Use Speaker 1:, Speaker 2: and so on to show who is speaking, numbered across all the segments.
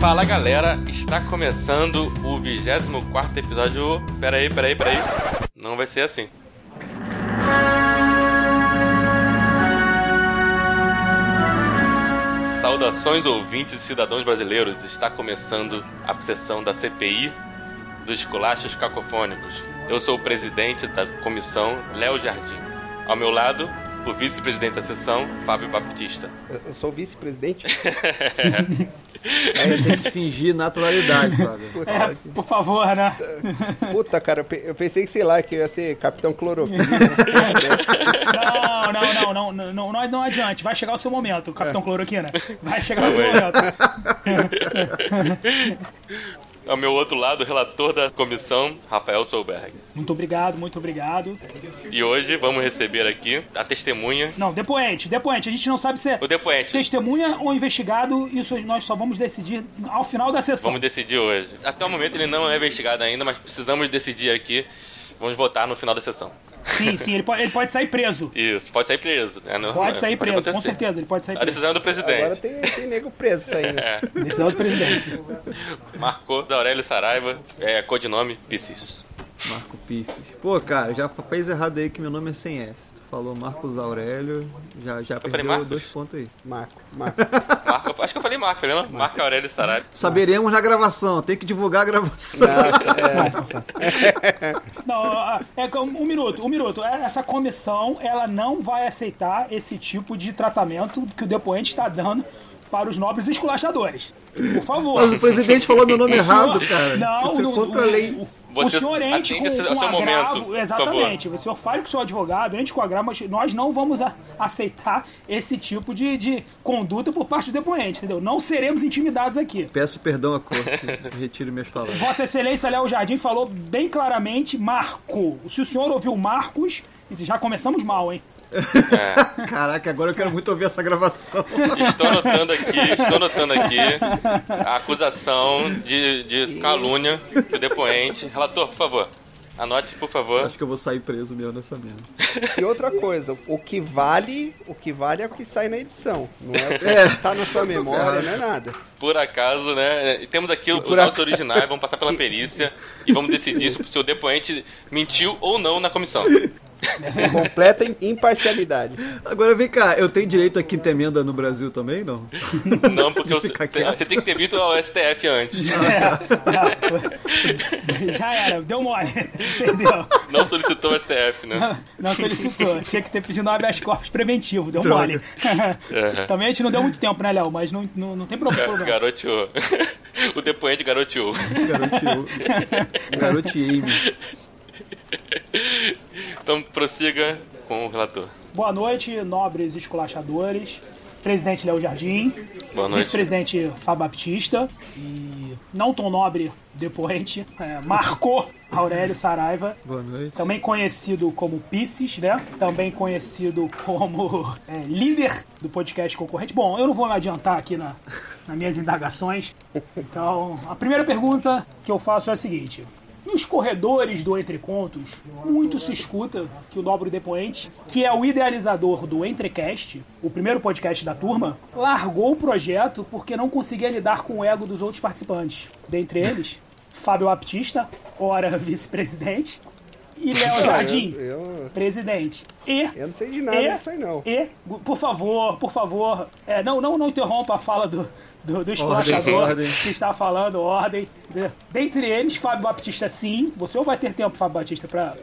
Speaker 1: Fala galera, está começando o 24 episódio. Peraí, peraí, peraí. Não vai ser assim. Saudações ouvintes e cidadãos brasileiros, está começando a sessão da CPI dos Colachos Cacofônicos. Eu sou o presidente da comissão, Léo Jardim. Ao meu lado, o vice-presidente da sessão, Fábio Baptista.
Speaker 2: Eu, eu sou o vice-presidente?
Speaker 3: Aí tem que fingir naturalidade, Fábio.
Speaker 2: Puta,
Speaker 4: É, por favor, né?
Speaker 2: puta, cara, eu pe- eu pensei que, sei lá, que eu ia ser Capitão Cloroquina. Né?
Speaker 4: Não, não, não, não, não, não, não adiante. Vai chegar o seu momento, Capitão Cloroquina. Vai chegar o seu
Speaker 1: Amém.
Speaker 4: momento.
Speaker 1: Ao meu outro lado, o relator da comissão, Rafael Solberg.
Speaker 4: Muito obrigado, muito obrigado.
Speaker 1: E hoje vamos receber aqui a testemunha,
Speaker 4: Não, depoente, depoente. A gente não sabe se é
Speaker 1: o depoente.
Speaker 4: testemunha ou investigado. Isso nós só vamos decidir ao final da sessão.
Speaker 1: Vamos decidir hoje. Até o momento ele não é investigado ainda, mas precisamos decidir aqui. Vamos votar no final da sessão.
Speaker 4: Sim, sim, ele pode, ele pode sair preso.
Speaker 1: Isso, pode sair preso, né? Não-
Speaker 4: Pode sair preso, com
Speaker 1: acontecer.
Speaker 4: certeza. Ele pode sair
Speaker 1: A
Speaker 4: preso.
Speaker 1: decisão é do
Speaker 2: Agora
Speaker 1: presidente.
Speaker 2: tem, tem nego preso saindo.
Speaker 4: Decisão do presidente.
Speaker 1: Marcou da Aurélio Saraiva, é, codinome Piscis.
Speaker 3: Marco Pisces. Pô, cara, já fez errado aí que meu nome é sem S. Tu falou Marcos Aurélio, já, já perdeu
Speaker 1: Marcos.
Speaker 3: dois pontos aí.
Speaker 2: Marco, Marco.
Speaker 1: Marco, acho que eu falei Marco, falei não? Marco Aurélio Saraiva.
Speaker 3: Saberemos na gravação, tem que divulgar a gravação.
Speaker 2: Nossa,
Speaker 4: Não, ó, ó, é que um, um minuto, um minuto. É, Essa comissão, ela não vai aceitar esse tipo de tratamento que o depoente está dando para os nobres esculachadores. Por favor.
Speaker 3: Mas o presidente falou meu nome
Speaker 4: O senhor-
Speaker 3: errado, cara.
Speaker 4: Não,
Speaker 3: Isso é
Speaker 4: no-
Speaker 3: contra a
Speaker 4: o-
Speaker 3: lei.
Speaker 4: O, o
Speaker 1: Você
Speaker 4: senhor ente
Speaker 1: atende
Speaker 4: com,
Speaker 1: ao seu- ao
Speaker 4: com
Speaker 1: seu momento,
Speaker 4: agravo,
Speaker 1: por favor.
Speaker 4: exatamente. O senhor fale com o seu advogado, ente com agravo, mas nós não vamos a- aceitar esse tipo de, de conduta por parte do depoente, entendeu? Não seremos intimidados aqui.
Speaker 3: Peço perdão à corte, retiro minhas palavras.
Speaker 4: Vossa Excelência Léo Jardim falou bem claramente Marco. Se o senhor ouviu Marcos, já começamos mal, hein?
Speaker 3: Caraca, agora eu quero muito ouvir essa gravação.
Speaker 1: Estou anotando aqui, estou anotando aqui a acusação de, de calúnia do depoente. Relator, por favor. Anote, por favor.
Speaker 3: Acho que eu vou sair preso mesmo nessa merda.
Speaker 2: e outra coisa, o que vale, o que vale é o que sai na edição. Não é o que tá na sua memória, não é nada.
Speaker 1: Por acaso, né? E Temos aqui os
Speaker 2: por
Speaker 1: autos
Speaker 2: ac-
Speaker 1: originais, vamos passar pela perícia e vamos decidir se o seu depoente mentiu ou não na comissão.
Speaker 2: É Completa im- imparcialidade.
Speaker 3: Agora vem cá, eu tenho direito à quinta emenda no Brasil também, não?
Speaker 1: Não, porque você,
Speaker 3: Fica quieto.
Speaker 1: você tem que ter vindo ao STF antes.
Speaker 4: É, já, já era, deu mole, entendeu?
Speaker 1: Não solicitou o STF, né?
Speaker 4: Não solicitou, tinha que ter pedido um habeas corpus preventivo, deu
Speaker 3: Droga.
Speaker 4: mole.
Speaker 1: É.
Speaker 4: Também a gente não deu muito tempo, né, Léo? Mas não, não, não tem problema.
Speaker 1: Garoteou. O depoente garoteou.
Speaker 3: Garoteou. Garoteei-me.
Speaker 1: Então prossiga com o relator.
Speaker 4: Boa noite, nobres esculachadores. Presidente Léo Jardim.
Speaker 1: Boa noite.
Speaker 4: Vice-presidente Fábio Baptista. E não tão nobre depoente, é, marcou Aurélio Saraiva.
Speaker 3: Boa noite.
Speaker 4: Também conhecido como Pisces, né? Também conhecido como é, líder do podcast concorrente. Bom, eu não vou me adiantar aqui na, nas minhas indagações. Então, a primeira pergunta que eu faço é a seguinte. Nos corredores do Entre Contos, muito se escuta que o nobre depoente, que é o idealizador do Entrecast, o primeiro podcast da turma, largou o projeto porque não conseguia lidar com o ego dos outros participantes. Dentre eles, Fábio Aptista, ora vice-presidente, e Léo Jardim,
Speaker 2: eu-
Speaker 4: presidente. E.
Speaker 2: Eu não sei de nada
Speaker 4: e,
Speaker 2: disso aí, não.
Speaker 4: E, gu- por favor, por favor, é, não, não, não interrompa a fala do, do, do esculachador
Speaker 3: ordem.
Speaker 4: que está falando, ordem. né? Dentre eles, Fábio Batista, sim. Você ou vai ter tempo, Fábio Batista, para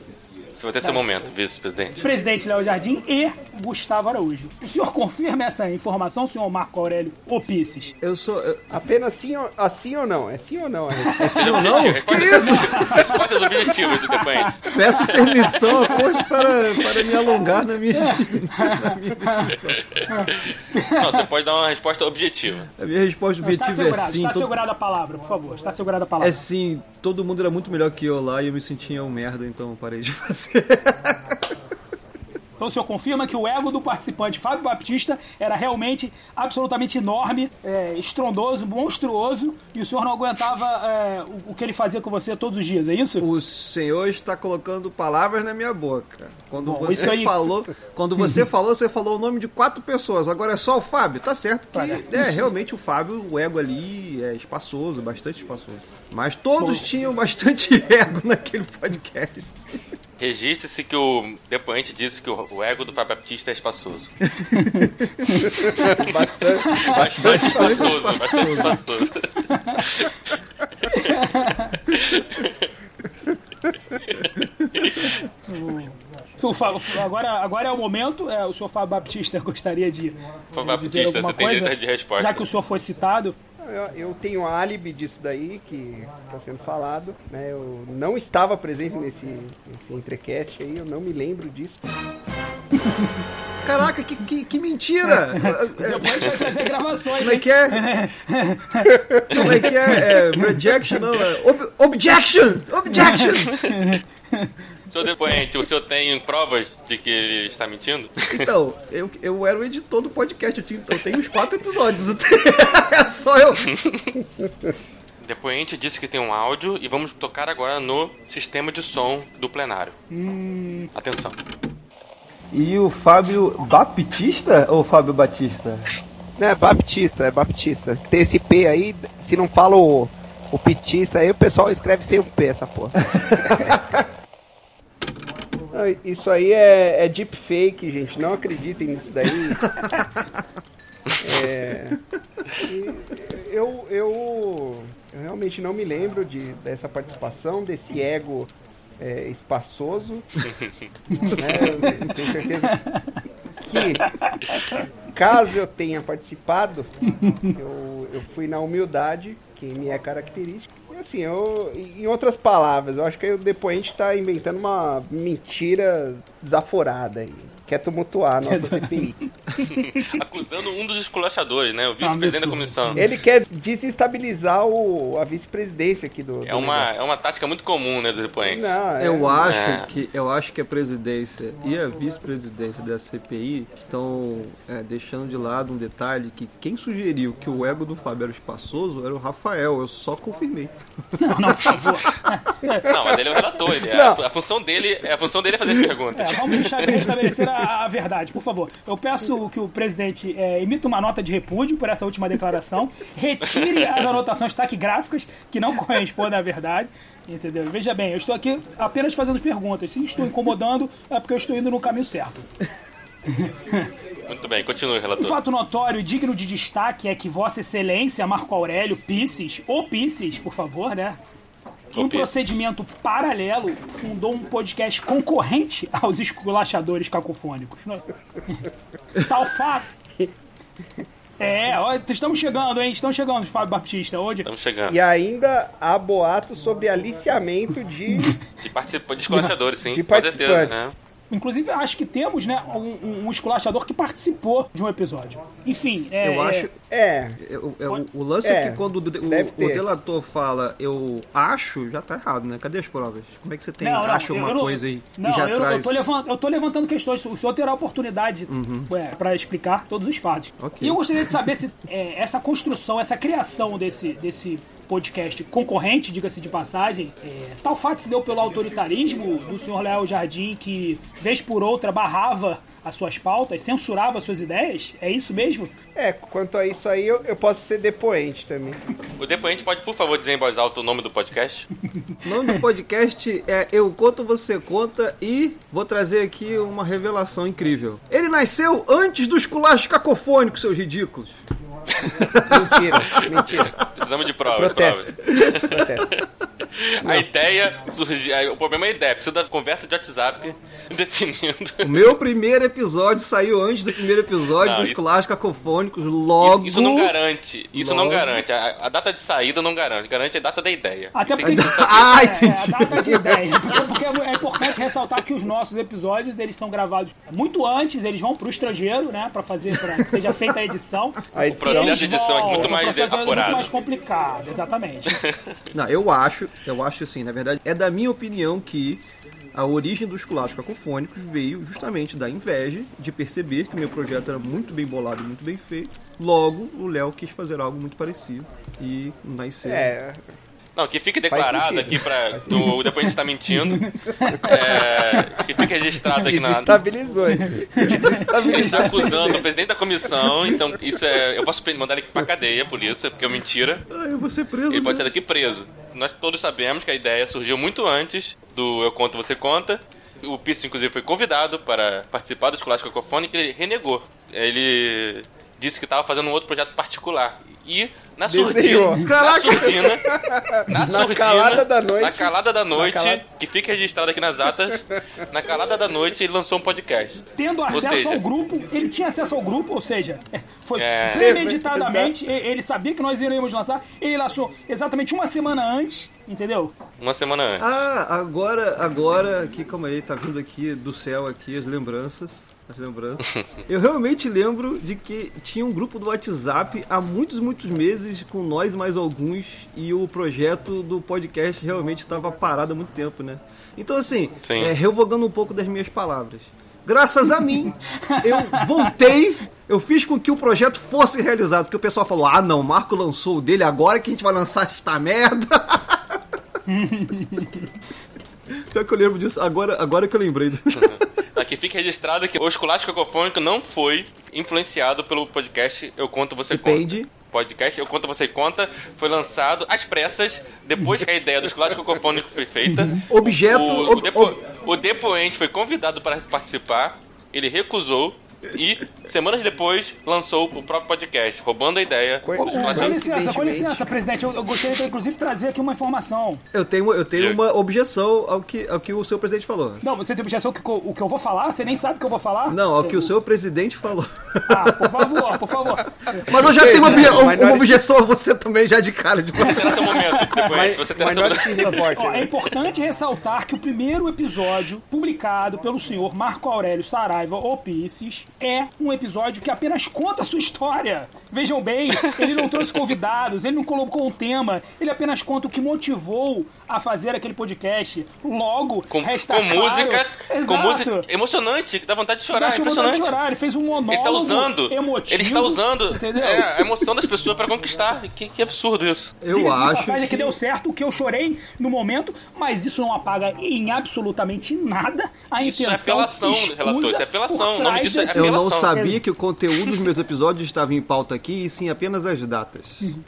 Speaker 1: Você vai ter seu momento, vice-presidente.
Speaker 4: presidente Léo Jardim e Gustavo Araújo. O senhor confirma essa informação, senhor Marco Aurélio Opices?
Speaker 3: Eu sou. eu-
Speaker 2: Apenas sim ou, assim ou não? É sim ou não? É.
Speaker 3: Sim ou não? Que isso?
Speaker 1: Responda os objetivos do depoente.
Speaker 3: Peço permissão à corte para, para me alongar na minha,
Speaker 4: É.
Speaker 1: Não, você pode dar uma resposta objetiva.
Speaker 3: a minha resposta
Speaker 4: Está
Speaker 3: objetiva é
Speaker 4: segurado,
Speaker 3: sim.
Speaker 4: está
Speaker 3: todo-
Speaker 4: segurada a palavra, por favor. Está segurada a palavra.
Speaker 3: É sim, todo mundo era muito melhor que eu lá e eu me sentia um merda, então eu parei de fazer.
Speaker 4: Então o senhor confirma que o ego do participante Fábio Baptista era realmente absolutamente enorme, é, estrondoso, monstruoso, e o senhor não aguentava é, o, o que ele fazia com você todos os dias, é isso?
Speaker 3: O senhor está colocando palavras na minha boca. Quando
Speaker 4: Bom,
Speaker 3: você
Speaker 4: isso aí-
Speaker 3: falou, quando você falou, você falou o nome de quatro pessoas. Agora é só o Fábio. Tá certo que
Speaker 4: Olha,
Speaker 3: é realmente o Fábio, o ego ali é espaçoso, bastante espaçoso. Mas todos tinham bastante ego naquele podcast.
Speaker 1: Registre-se que o depoente disse que o o ego do Fábio Baptista é espaçoso. bastante, bastante espaçoso, bastante espaçoso.
Speaker 4: Senhor Fábio, agora, agora é o momento, é, o senhor Fábio Baptista gostaria de.
Speaker 1: Fábio
Speaker 4: de dizer
Speaker 1: Baptista,
Speaker 4: alguma
Speaker 1: você tem
Speaker 4: coisa,
Speaker 1: direito de resposta.
Speaker 4: Já que o senhor foi citado,
Speaker 2: Eu, eu tenho álibi disso daí que está sendo falado. Né? Eu não estava presente nesse, nesse entrecast aí, eu não me lembro disso.
Speaker 3: Caraca, que, que, que mentira! É,
Speaker 4: depois a gente vai fazer gravações.
Speaker 3: Como é
Speaker 4: hein?
Speaker 3: que é? Como é que é? é rejection, não? É ob- objection! Objection!
Speaker 1: Seu depoente, o senhor tem provas de que ele está mentindo?
Speaker 3: Então, eu, eu era o editor do podcast, eu, tinha, eu tenho os quatro episódios. eu tenho- É só eu.
Speaker 1: Depoente disse que tem um áudio e vamos tocar agora no sistema de som do plenário. Atenção.
Speaker 5: E o Fábio Baptista ou Fábio Batista?
Speaker 2: Não, é Baptista, é Baptista. Tem esse P aí, se não fala o, o Pitista, aí o pessoal escreve sem o P essa porra. Não, Isso aí é, é deepfake, gente. Não acreditem nisso daí. É, e eu, eu, eu realmente não me lembro de, dessa participação, desse ego é, espaçoso. né? Eu tenho certeza que caso eu tenha participado, eu, eu fui na humildade, que me é característica. E assim, eu, em outras palavras, eu acho que aí o depoente tá inventando uma mentira desaforada aí. Quer tumultuar a nossa CPI.
Speaker 1: Acusando um dos esculachadores, né? O vice-presidente da
Speaker 4: absurdo.
Speaker 1: comissão.
Speaker 2: Ele quer desestabilizar o, a vice-presidência aqui do.
Speaker 1: É
Speaker 2: do
Speaker 1: uma, é uma tática muito comum, né, do
Speaker 2: negócio.
Speaker 1: depoente.
Speaker 2: Não, é,
Speaker 3: Eu
Speaker 1: É.
Speaker 3: acho que eu acho que a presidência e a vice-presidência da CPI estão é, deixando de lado um detalhe que quem sugeriu que o ego do Fábio era espaçoso era o Rafael. Eu só confirmei.
Speaker 4: Não, não, por favor.
Speaker 1: Não, mas ele é o relator. Ele, a, a função dele, a função dele é fazer as
Speaker 4: É,
Speaker 1: perguntas.
Speaker 4: vamos deixar de estabelecer a, a verdade, por favor. Eu peço que o presidente é, emita uma nota de repúdio por essa última declaração, retire as anotações taquigráficas que não correspondem à verdade. Entendeu? Veja bem, eu estou aqui apenas fazendo perguntas. Se estou incomodando, é porque eu estou indo no caminho certo.
Speaker 1: Muito bem, continue,
Speaker 4: Um
Speaker 1: relator.
Speaker 4: fato notório e digno de destaque é que Vossa Excelência Marco Aurélio Pisces, ou Pisces, por favor, né?
Speaker 1: Ô,
Speaker 4: Em um
Speaker 1: Pedro.
Speaker 4: procedimento paralelo, fundou um podcast concorrente aos esculachadores cacofônicos. né? Tal fato. É, ó, estamos chegando, hein? Estamos chegando, Fábio Baptista. Hoje,
Speaker 1: Estamos chegando.
Speaker 2: E ainda há boatos sobre aliciamento de,
Speaker 1: De participa de esculachadores, sim.
Speaker 2: de
Speaker 1: com certeza. né?
Speaker 2: participantes.
Speaker 4: inclusive, acho que temos, né, um, um- um esculachador que participou de um episódio. Enfim, é,
Speaker 3: Eu acho,
Speaker 2: É,
Speaker 3: Eu- eu- o lance é,
Speaker 2: É,
Speaker 3: que quando o, de- o-
Speaker 2: deve
Speaker 3: o
Speaker 2: ter.
Speaker 3: delator fala eu acho, já tá errado, né? Cadê as provas? Como é que você tem acha uma
Speaker 4: não-
Speaker 3: coisa e,
Speaker 4: não,
Speaker 3: e já
Speaker 4: eu,
Speaker 3: traz?
Speaker 4: eu, tô levan- eu tô levantando questões. O senhor terá oportunidade é, para explicar todos os fatos.
Speaker 3: Uhum. Ok.
Speaker 4: E eu gostaria de saber se é, essa construção, essa criação desse, desse podcast concorrente, diga-se de passagem, é, tal fato se deu pelo autoritarismo do senhor Léo Jardim, que, vez por outra, barrava as suas pautas, censurava as suas ideias? É isso mesmo?
Speaker 2: é, quanto a isso aí, eu, eu posso ser depoente também.
Speaker 1: O depoente pode, por favor, dizer em voz alta o nome do podcast?
Speaker 3: O nome do podcast é Eu Conto, Você Conta e vou trazer aqui uma revelação incrível. Ele nasceu antes dos culachos cacofônicos, seus ridículos.
Speaker 2: Mentira, mentira.
Speaker 1: Precisamos de provas,
Speaker 2: Protesto.
Speaker 1: provas.
Speaker 2: Protesto.
Speaker 1: A ideia surgiu. O problema é a ideia, precisa da conversa de WhatsApp
Speaker 2: É.
Speaker 1: definindo.
Speaker 3: O meu primeiro episódio saiu antes do primeiro episódio
Speaker 1: Não,
Speaker 3: dos
Speaker 1: isso-
Speaker 3: culachos cacofônicos, logo...
Speaker 1: Isso não garante. Isso não
Speaker 3: Logo.
Speaker 1: garante. A, a data de saída não garante. Garante a data da ideia.
Speaker 4: Até
Speaker 1: Isso
Speaker 4: porque.
Speaker 3: Ah,
Speaker 4: é,
Speaker 3: entendi.
Speaker 4: É, a data de ideia. Porque, porque é importante ressaltar que os nossos episódios eles são gravados muito antes, eles vão pro estrangeiro, né? Pra fazer, pra que seja feita a edição.
Speaker 2: A
Speaker 1: O processo
Speaker 2: edição
Speaker 1: de
Speaker 4: Eles
Speaker 1: edição é
Speaker 4: voltam,
Speaker 1: muito
Speaker 4: o
Speaker 1: mais
Speaker 4: processo é
Speaker 1: apurado.
Speaker 4: Muito mais complicado, exatamente.
Speaker 3: Não, eu acho, eu acho assim, na verdade, é da minha opinião que a A origem dos culachos cacofônicos veio justamente da inveja de perceber que o meu projeto era muito bem bolado e muito bem feito. Logo, o Léo quis fazer algo muito parecido e nasceu.
Speaker 2: É,
Speaker 1: Não, que fique declarado
Speaker 2: sentido.
Speaker 1: aqui pra. No, depois a gente tá mentindo. É, que fique registrado aqui na.
Speaker 2: desestabilizou. hein?
Speaker 1: Ele
Speaker 2: Desestabilizou.
Speaker 1: está acusando o presidente da comissão, então isso é. Eu posso pre- mandar ele pra cadeia por isso, é porque é mentira.
Speaker 3: Ah, eu vou ser preso.
Speaker 1: Ele pode
Speaker 3: né?
Speaker 1: sair daqui preso. Nós todos sabemos que a ideia surgiu muito antes do Eu Conto Você Conta. O Pisto, inclusive, foi convidado para participar do Escolástico Cacofônico e ele renegou. Ele disse que estava fazendo um outro projeto particular. E na
Speaker 2: Desenhou.
Speaker 1: surdina.
Speaker 3: Caraca!
Speaker 1: Na surdina. Na, surdina,
Speaker 2: calada da noite.
Speaker 1: Na calada da noite,
Speaker 2: Na calada-
Speaker 1: que fica registrado aqui nas atas. Na calada da noite, ele lançou um podcast.
Speaker 4: Tendo acesso
Speaker 1: seja-
Speaker 4: ao grupo, ele tinha acesso ao grupo, ou seja, foi
Speaker 1: É.
Speaker 4: premeditadamente, e- ele sabia que nós iríamos lançar, ele lançou exatamente uma semana antes, entendeu?
Speaker 1: Uma semana antes.
Speaker 3: Ah, agora, agora, aqui, calma aí, tá vindo aqui do céu aqui as lembranças. As lembranças. Eu realmente lembro de que tinha um grupo do WhatsApp há muitos, muitos meses com nós e mais alguns e o projeto do podcast realmente estava parado há muito tempo, né? Então, assim,
Speaker 1: Sim.
Speaker 3: é, revogando um pouco das minhas palavras. Graças a mim, eu voltei, eu fiz com que o projeto fosse realizado, porque o pessoal falou: ah, não, o Marco lançou o dele agora que a gente vai lançar esta merda. Pior que eu lembro disso, agora, agora que eu lembrei.
Speaker 1: Aqui fica registrado que o Escolástico Cacofônico não foi influenciado pelo podcast Eu Conto Você
Speaker 3: Depende.
Speaker 1: Conta. Podcast Eu Conto Você Conta foi lançado às pressas, depois que a ideia do Escolástico Cacofônico foi feita.
Speaker 3: Objeto.
Speaker 1: O, o,
Speaker 3: ob-
Speaker 1: depo-
Speaker 3: ob-
Speaker 1: o depoente foi convidado para participar, ele recusou e, semanas depois, lançou o próprio podcast, roubando a ideia
Speaker 2: Coi-
Speaker 1: do
Speaker 4: Com
Speaker 1: Escolástico
Speaker 4: licença, com licença, presidente, eu, eu gostaria de, inclusive, trazer aqui uma informação.
Speaker 3: eu tenho, eu tenho
Speaker 1: Diga.
Speaker 3: uma objeção ao que, ao que o seu presidente falou.
Speaker 4: Não, você tem objeção que co- o que eu vou falar? Você nem sabe o que eu vou falar?
Speaker 3: Não, ao que o seu presidente falou.
Speaker 4: Ah, por favor, por favor.
Speaker 3: Mas eu já tenho uma, obje-
Speaker 2: Mas na
Speaker 3: uma
Speaker 2: hora-
Speaker 3: objeção a você também, já de cara. De...
Speaker 1: Terá seu momento, depois
Speaker 2: Mas,
Speaker 1: você terá
Speaker 2: mas
Speaker 1: seu
Speaker 2: não é
Speaker 1: momento.
Speaker 2: que
Speaker 4: Ó, é
Speaker 2: repórter.
Speaker 4: importante ressaltar que o primeiro episódio publicado pelo senhor Marco Aurélio Saraiva ou Pisces é um episódio que apenas conta a sua história. Vejam bem, ele não trouxe convidados, ele não colocou um tema, ele apenas conta o que motivou a fazer aquele podcast. Logo,
Speaker 1: Com,
Speaker 4: resta
Speaker 1: com
Speaker 4: claro-
Speaker 1: música,
Speaker 4: Exato.
Speaker 1: com música emocionante, que dá vontade de chorar,
Speaker 4: Deixa eu vontade de
Speaker 1: impressionante.
Speaker 4: chorar, ele fez um monólogo
Speaker 1: Ele tá usando.
Speaker 4: emotivo.
Speaker 1: ele está usando
Speaker 4: Entendeu?
Speaker 1: é, a emoção das pessoas pra conquistar. Que, que absurdo isso.
Speaker 3: Eu
Speaker 4: Diga-se de
Speaker 3: acho.
Speaker 4: passagem que... deu certo, que eu chorei no momento, mas isso não apaga em absolutamente nada a
Speaker 1: Isso é
Speaker 4: intenção.
Speaker 1: apelação,
Speaker 4: escusa
Speaker 1: relator, isso é apelação,
Speaker 4: por
Speaker 1: o nome
Speaker 4: trás
Speaker 1: disso é
Speaker 4: desse-
Speaker 3: Eu não
Speaker 1: Apelação.
Speaker 3: sabia que o conteúdo dos meus episódios estava em pauta aqui, e sim apenas as datas.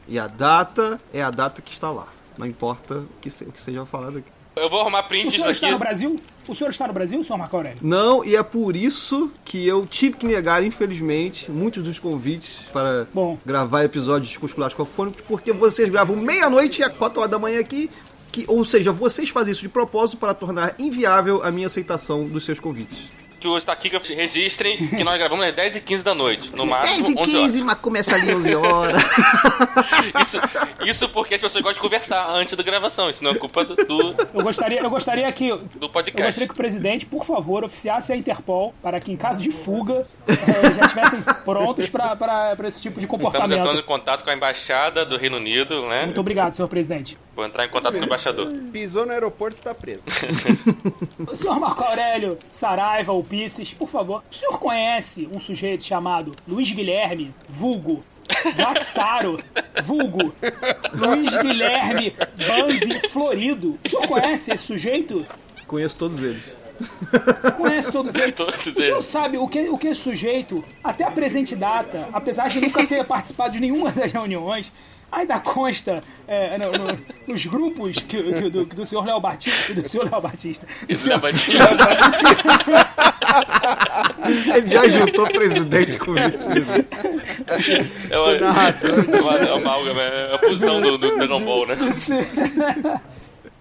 Speaker 3: E a data é a data que está lá. Não importa o que, se- o que seja falado aqui.
Speaker 1: Eu vou arrumar print
Speaker 4: O
Speaker 1: disso
Speaker 4: senhor
Speaker 1: aqui.
Speaker 4: está no Brasil? O senhor está no Brasil, senhor Marco Aurélio?
Speaker 3: Não, e é por isso que eu tive que negar, infelizmente, muitos dos convites para
Speaker 4: Bom.
Speaker 3: gravar episódios com os clássicos porque vocês gravam meia-noite e às quatro horas da manhã aqui. Que, ou seja, vocês fazem isso de propósito para tornar inviável a minha aceitação dos seus convites.
Speaker 1: Que os taquígrafos registrem que nós gravamos às 10 e 15 da noite. No máximo,
Speaker 3: 10 e
Speaker 1: 11 horas.
Speaker 3: 15, mas começa ali 11 horas.
Speaker 1: Isso, isso porque as pessoas gostam de conversar antes da gravação. Isso não é culpa do, do,
Speaker 4: Eu gostaria, eu gostaria que.
Speaker 1: do
Speaker 4: Eu gostaria
Speaker 1: podcast.
Speaker 4: que o presidente, por favor, oficiasse a Interpol para que, em caso de fuga, eh, já estivessem prontos para- para para esse tipo de
Speaker 1: Estamos entrando em
Speaker 4: comportamento.
Speaker 1: contato com a embaixada do Reino Unido, né?
Speaker 4: Muito obrigado, senhor presidente.
Speaker 1: Vou entrar em contato com o embaixador.
Speaker 2: né? Pisou no aeroporto e tá preso.
Speaker 4: O senhor Marco Aurélio Saraiva ou Pisces, por favor, o senhor conhece um sujeito chamado Luiz Guilherme, vulgo, Blacksaro, vulgo, Luiz Guilherme Banzi Florido? O senhor conhece esse sujeito?
Speaker 3: Conheço todos eles.
Speaker 4: Conhece todos eles.
Speaker 1: Todos
Speaker 4: O senhor
Speaker 1: eles.
Speaker 4: sabe o que, o que esse sujeito, até a presente data, apesar de nunca ter participado de nenhuma das reuniões, ainda consta é, no- no- nos grupos que, que- do, do senhor Léo Batista, do senhor Léo Batista, do
Speaker 1: Isso é
Speaker 4: senhor,
Speaker 1: batida.
Speaker 3: Ele já juntou presidente com vice-presidente.
Speaker 1: É uma, é uma, é uma amálgama, é a fusão do, do Dragon Ball, né?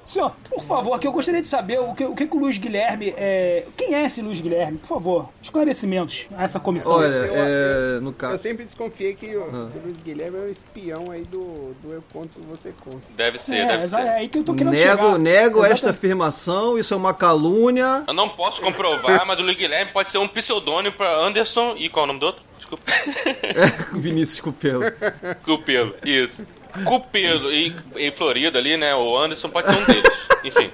Speaker 4: Senhor, por favor, que eu gostaria de saber o que o, que que o Luiz Guilherme é. Quem é esse Luiz Guilherme? Por favor, esclarecimentos a essa comissão.
Speaker 3: Olha, é, no
Speaker 2: Eu
Speaker 3: caso.
Speaker 2: sempre desconfiei que o, que o Luiz Guilherme é o espião aí do, do Eu Conto Você Conta.
Speaker 1: Deve ser,
Speaker 4: é,
Speaker 1: deve
Speaker 4: mas é
Speaker 1: ser.
Speaker 4: aí que eu tô querendo
Speaker 3: Nego,
Speaker 4: chegar.
Speaker 3: nego
Speaker 4: Exatamente.
Speaker 3: esta afirmação, isso é uma calúnia.
Speaker 1: Eu não posso comprovar, mas o Luiz Guilherme pode ser um pseudônimo pra Anderson. E qual é o nome do outro? Desculpa.
Speaker 3: Vinícius Cupelo.
Speaker 1: Cupelo, isso. Cupelo e, e Florido ali, né? O Anderson pode ser um deles. Enfim.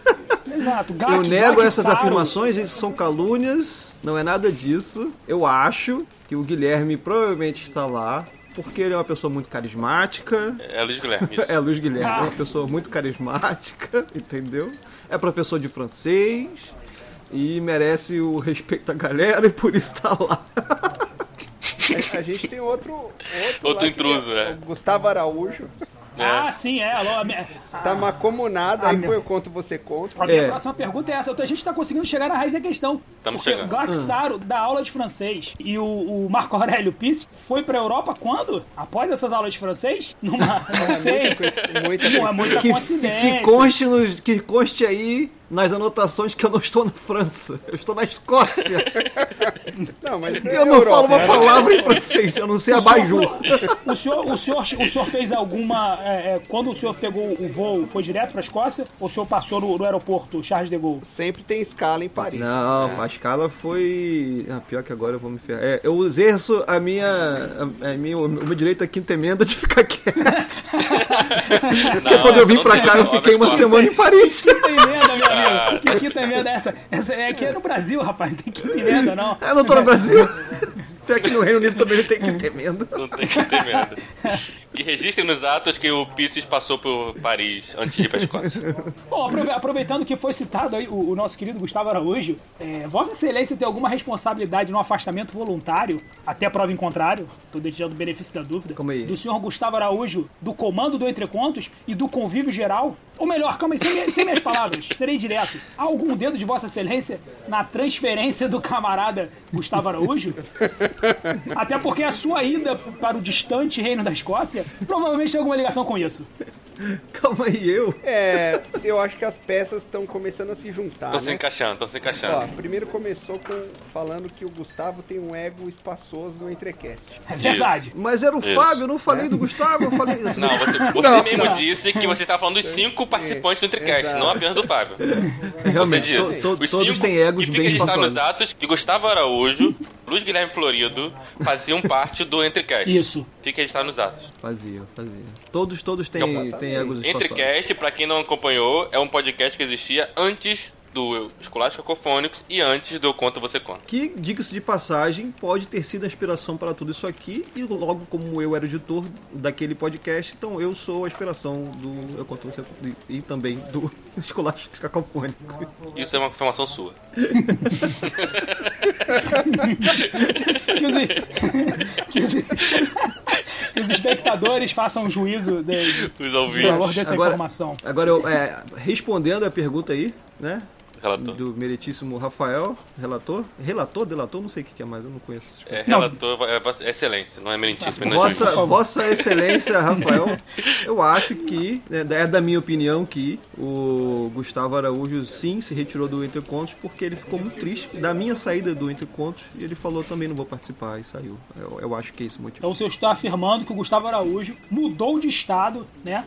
Speaker 4: Exato. Gak,
Speaker 3: Eu nego
Speaker 4: Gak
Speaker 3: essas
Speaker 4: Saro.
Speaker 3: afirmações, isso são calúnias, não é nada disso. Eu acho que o Guilherme provavelmente está lá, porque ele é uma pessoa muito carismática.
Speaker 1: É Luiz Guilherme, isso.
Speaker 3: É, Luiz Guilherme é uma pessoa muito carismática, entendeu? É professor de francês e merece o respeito da galera e por isso está lá.
Speaker 2: A, a gente tem outro. Outro,
Speaker 1: Outro
Speaker 2: lá que
Speaker 1: intruso, é.
Speaker 2: é o Gustavo Araújo.
Speaker 4: Ah, sim, é. Alô, a minha, a-
Speaker 2: Tá macomunado, aí
Speaker 4: Ah, meu.
Speaker 2: pô, eu conto, você conta.
Speaker 4: a minha
Speaker 3: É.
Speaker 4: próxima pergunta é essa. A gente tá conseguindo chegar na raiz da questão.
Speaker 1: Estamos
Speaker 4: porque
Speaker 1: chegando.
Speaker 4: o
Speaker 3: Ah.
Speaker 4: Glaxaro dá aula de francês e o, o Marco Aurélio Pisse foi pra Europa quando? Após essas aulas de francês? Numa,
Speaker 3: É,
Speaker 4: não sei.
Speaker 2: Muita
Speaker 4: Não é
Speaker 2: coisa.
Speaker 4: muita
Speaker 3: Que,
Speaker 4: coincidência.
Speaker 3: que, conste nos- que conste aí nas anotações que eu não estou na França, eu estou na Escócia.
Speaker 2: Não, mas né?
Speaker 3: Eu não falo uma palavra em francês, eu não sei a abajur.
Speaker 4: O senhor, o senhor, o senhor fez alguma. é, é, quando o senhor pegou o voo, foi direto pra Escócia? Ou o senhor passou no, no aeroporto Charles de Gaulle?
Speaker 2: Sempre tem escala em Paris.
Speaker 3: Não, a escala foi. Ah, pior que agora eu vou me ferrar. É, eu exerço a minha, a, a minha, o meu direito à quinta emenda de ficar quieto. É, Porque quando eu vim pra cá, eu fiquei uma semana em Paris.
Speaker 4: Quinta emenda, meu amigo. Que quinta emenda é essa? essa? É aqui é no Brasil, rapaz. Não tem quinta emenda, não.
Speaker 3: Eu não tô no Brasil. Pior que no Reino Unido também não tem quinta emenda.
Speaker 1: Não tem que ter medo. Que registrem nos atos que o Pisces passou por Paris antes de ir pra Escócia.
Speaker 4: Bom, aprove- aproveitando que foi citado aí o, o nosso querido Gustavo Araújo, é, Vossa Excelência tem alguma responsabilidade no afastamento voluntário, até prova em contrário, estou deixando o benefício da dúvida,
Speaker 3: Calma aí.
Speaker 4: do senhor Gustavo Araújo, do comando do Entre Contos e do convívio geral? Ou melhor, calma aí, sem, minha- sem minhas palavras, serei direto. Há algum dedo de Vossa Excelência na transferência do camarada Gustavo Araújo? até porque a sua ida para o distante reino da Escócia provavelmente tem alguma ligação com isso.
Speaker 3: Calma aí, eu.
Speaker 2: É, eu acho que as peças estão começando a se juntar.
Speaker 1: Tô
Speaker 2: né?
Speaker 1: se encaixando, tô se
Speaker 2: Ó,
Speaker 3: Tá.
Speaker 1: encaixando.
Speaker 2: primeiro começou com falando que o Gustavo tem um ego espaçoso no Entrecast.
Speaker 4: É verdade.
Speaker 3: Mas era o
Speaker 1: Isso. É.
Speaker 3: Fábio, eu não falei do Gustavo, eu falei. assim,
Speaker 1: Não, você, você mesmo
Speaker 4: não.
Speaker 1: disse que você tá falando dos cinco participantes do Tricast,
Speaker 2: Exato.
Speaker 1: não apenas do Fábio.
Speaker 3: É, realmente,
Speaker 1: Você disse,
Speaker 3: to- to-
Speaker 1: os
Speaker 3: todos
Speaker 1: cinco-
Speaker 3: têm egos
Speaker 1: e fica
Speaker 3: bem
Speaker 1: registrado
Speaker 3: espaçosos.
Speaker 1: nos atos que Gustavo Araújo, Luiz Guilherme Florido faziam parte do Entrecast.
Speaker 4: Isso.
Speaker 1: Fica registrado nos atos.
Speaker 3: Fazia, fazia. Todos, todos têm, têm egos espaçosos.
Speaker 1: Entrecast, pra quem não acompanhou, é um podcast que existia antes do Escolástico Cacofônicos e antes do Conta Você Conta.
Speaker 3: Que, diga-se de passagem, pode ter sido a inspiração para tudo isso aqui, e logo como eu era editor daquele podcast, então eu sou a inspiração do Eu Conto Você e também do Escolástico Cacofônico.
Speaker 1: Isso é uma informação sua.
Speaker 4: que, os, que os- que os espectadores façam um juízo de-
Speaker 1: Os
Speaker 4: do valor
Speaker 1: ouvintes,
Speaker 4: dessa
Speaker 3: Agora-
Speaker 4: é informação.
Speaker 3: Agora, eu, é, respondendo a pergunta aí, né,
Speaker 1: É, relator.
Speaker 3: do meritíssimo Rafael, relator, relator, delator, não sei o que que é mais, eu não conheço.
Speaker 1: É,
Speaker 4: Não.
Speaker 1: relator é vossa excelência, não é meritíssimo. não é
Speaker 3: Vossa,
Speaker 1: juiz.
Speaker 3: Vossa Excelência, Rafael, eu acho que, né, é da minha opinião, que o Gustavo Araújo sim se retirou do Entre Contos porque ele ficou muito triste da minha saída do Entre Contos e ele falou também não vou participar e saiu. Eu, eu acho que é esse o motivo.
Speaker 4: Então o senhor está afirmando que o Gustavo Araújo mudou de estado, né?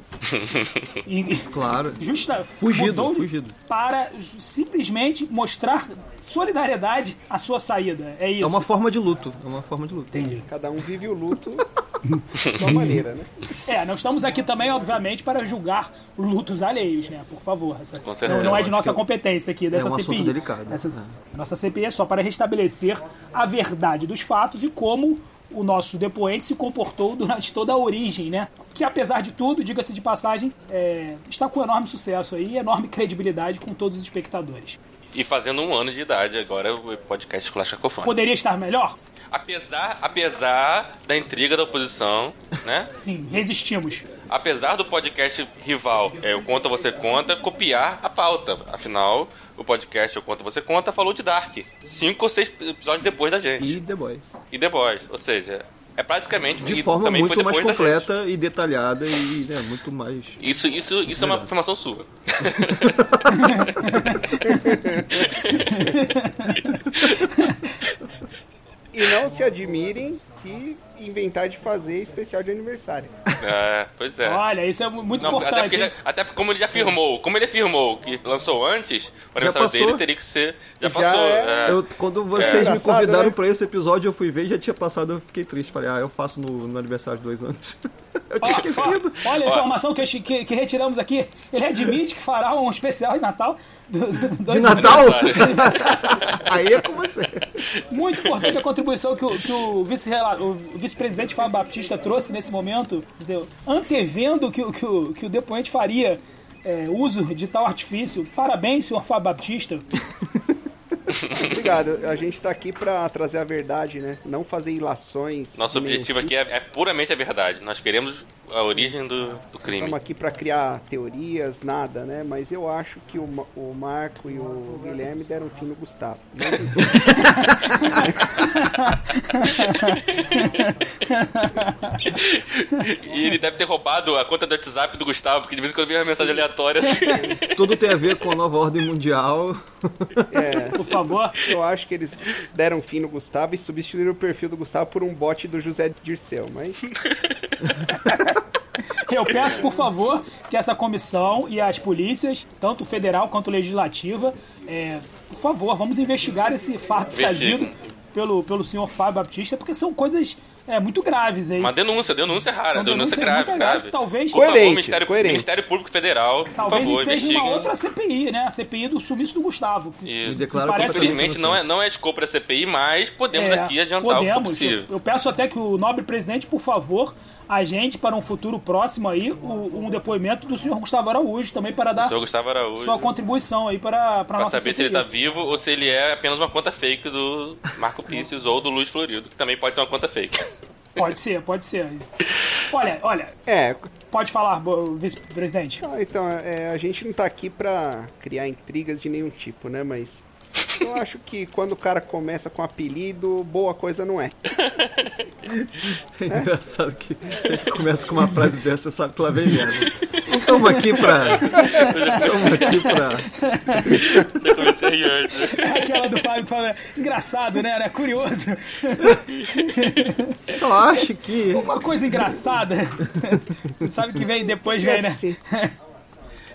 Speaker 4: E, e-
Speaker 3: Claro.
Speaker 4: justa,
Speaker 3: Fugido,
Speaker 4: mudou de-
Speaker 3: fugido.
Speaker 4: Para simplesmente mostrar solidariedade à sua saída. É isso.
Speaker 3: É uma forma de luto, é uma forma de luto.
Speaker 4: Entendi.
Speaker 2: Cada um vive o luto de sua maneira, né?
Speaker 4: É, nós estamos aqui também, obviamente, para julgar lutos alheios, né? Por favor. Essa-
Speaker 1: Com certeza.
Speaker 4: não, não é de
Speaker 3: acho
Speaker 4: nossa
Speaker 3: que-
Speaker 4: competência aqui, dessa
Speaker 3: um assunto
Speaker 4: CPI.
Speaker 3: delicado,
Speaker 4: Essa-
Speaker 3: é.
Speaker 4: a Nossa CPI é só para restabelecer a verdade dos fatos e como o nosso depoente se comportou durante toda a origem, né? Que apesar de tudo, diga-se de passagem, é, está com enorme sucesso aí, enorme credibilidade com todos os espectadores.
Speaker 1: E fazendo um ano de idade agora o podcast Escolástico Cacofônico.
Speaker 4: Poderia estar melhor?
Speaker 1: Apesar, apesar da intriga da oposição, né?
Speaker 4: Sim, resistimos.
Speaker 1: Apesar do podcast rival, é, o Conta Você Conta, copiar a pauta. Afinal, o podcast O Conta Você Conta falou de Dark. Cinco ou seis episódios depois da gente.
Speaker 3: E The Boys.
Speaker 1: E, depois. Ou seja, é praticamente...
Speaker 3: De
Speaker 1: e
Speaker 3: forma
Speaker 1: também foi
Speaker 3: muito mais
Speaker 1: depois da gente.
Speaker 3: completa e detalhada e né, muito mais.
Speaker 1: Isso, isso, isso é uma
Speaker 3: Verdade.
Speaker 1: informação sua.
Speaker 2: E não se admirem se inventar de fazer especial de aniversário.
Speaker 1: É, pois é.
Speaker 4: Olha, isso é mu- muito
Speaker 1: Não, até,
Speaker 4: importante.
Speaker 1: porque
Speaker 4: hein?
Speaker 1: já- até porque como ele já afirmou, como ele afirmou que lançou antes, o aniversário
Speaker 3: passou.
Speaker 1: dele teria que ser. Já,
Speaker 2: Já
Speaker 1: passou.
Speaker 2: é.
Speaker 1: é.
Speaker 3: Eu- quando vocês me
Speaker 2: Engraçado,
Speaker 3: convidaram
Speaker 2: né?
Speaker 3: pra esse episódio, eu fui ver e já tinha passado, eu fiquei triste. Falei, ah, eu faço no, no aniversário de dois anos. Eu tinha esquecido.
Speaker 4: Olha
Speaker 1: Ó.
Speaker 4: a informação que, eu- que- que retiramos aqui. Ele admite que fará um especial de Natal. do- do- do-
Speaker 3: De Natal?
Speaker 1: Aniversário.
Speaker 3: Aí é com você.
Speaker 4: Muito importante a contribuição que o, que o vice- o vice-presidente Fábio Baptista trouxe nesse momento, entendeu? antevendo que, o- que, o- que o depoente faria é, uso de tal artifício. Parabéns, senhor Fábio Baptista.
Speaker 2: Obrigado. A gente tá aqui pra trazer a verdade, né? Não fazer ilações.
Speaker 1: Nosso objetivo aqui é, é puramente a verdade. Nós queremos a origem do, do crime.
Speaker 2: Estamos aqui pra criar teorias, nada, né? Mas eu acho que o, Ma- o Marco e o Guilherme deram fim no Gustavo. Mas, enfim,
Speaker 1: E ele deve ter roubado a conta do WhatsApp do Gustavo, porque de vez em quando vem uma mensagem aleatória assim.
Speaker 3: Tudo tem a ver com a nova ordem mundial.
Speaker 2: é,
Speaker 4: Por favor.
Speaker 2: eu acho que eles deram fim no Gustavo e substituíram o perfil do Gustavo por um bot do José Dirceu. Mas
Speaker 4: Eu peço, por favor, que essa comissão e as polícias, tanto federal quanto legislativa, é, por favor, vamos investigar esse fato
Speaker 1: Investiga.
Speaker 4: trazido pelo, pelo senhor Fábio Baptista, porque são coisas é, muito graves aí.
Speaker 1: Uma denúncia, denúncia é rara,
Speaker 4: São
Speaker 1: denúncia
Speaker 4: denúncias
Speaker 1: grave,
Speaker 4: muito
Speaker 1: grave.
Speaker 4: graves, talvez-
Speaker 1: Por favor,
Speaker 2: Coerentes,
Speaker 1: Ministério,
Speaker 2: coerentes.
Speaker 1: Ministério Público Federal,
Speaker 4: Talvez
Speaker 1: por favor,
Speaker 4: seja
Speaker 1: investiguem.
Speaker 4: uma outra CPI, né? A CPI do sumiço do Gustavo. que-
Speaker 1: Isso.
Speaker 3: Me
Speaker 2: é
Speaker 3: declaro
Speaker 4: Parece-
Speaker 3: completamente
Speaker 1: Infelizmente não é,
Speaker 3: inocente.
Speaker 1: não é escopo pra CPI, mas podemos
Speaker 4: É,
Speaker 1: aqui adiantar o que
Speaker 4: podemos.
Speaker 1: for possível.
Speaker 4: Eu, eu peço até que o nobre presidente, por favor, agende para um futuro próximo aí o- um depoimento do senhor Gustavo Araújo também para dar
Speaker 1: O senhor Gustavo Araújo.
Speaker 4: sua contribuição aí para, para a
Speaker 1: Pra
Speaker 4: nossa
Speaker 1: saber se
Speaker 4: CPI.
Speaker 1: ele tá vivo ou se ele é apenas uma conta fake do Marco Pisces ou do Luiz Florido, que também pode ser uma conta fake.
Speaker 4: Pode ser, pode ser. Olha, olha,
Speaker 2: é,
Speaker 4: pode falar, bo- vice-presidente.
Speaker 2: Ah, então, é, a gente não tá aqui pra criar intrigas de nenhum tipo, né? Mas eu acho que quando o cara começa com apelido, boa coisa não é.
Speaker 3: É engraçado que sempre começa com uma frase dessa, você sabe que lá vem merda. Não estamos aqui pra. Estamos aqui pra.
Speaker 1: Eu comecei antes.
Speaker 2: né?
Speaker 4: É aquela do Fábio que fala, engraçado, né? Era curioso.
Speaker 3: Só acho que.
Speaker 4: Uma coisa engraçada. Sabe que vem depois, vem, né?
Speaker 2: Assim,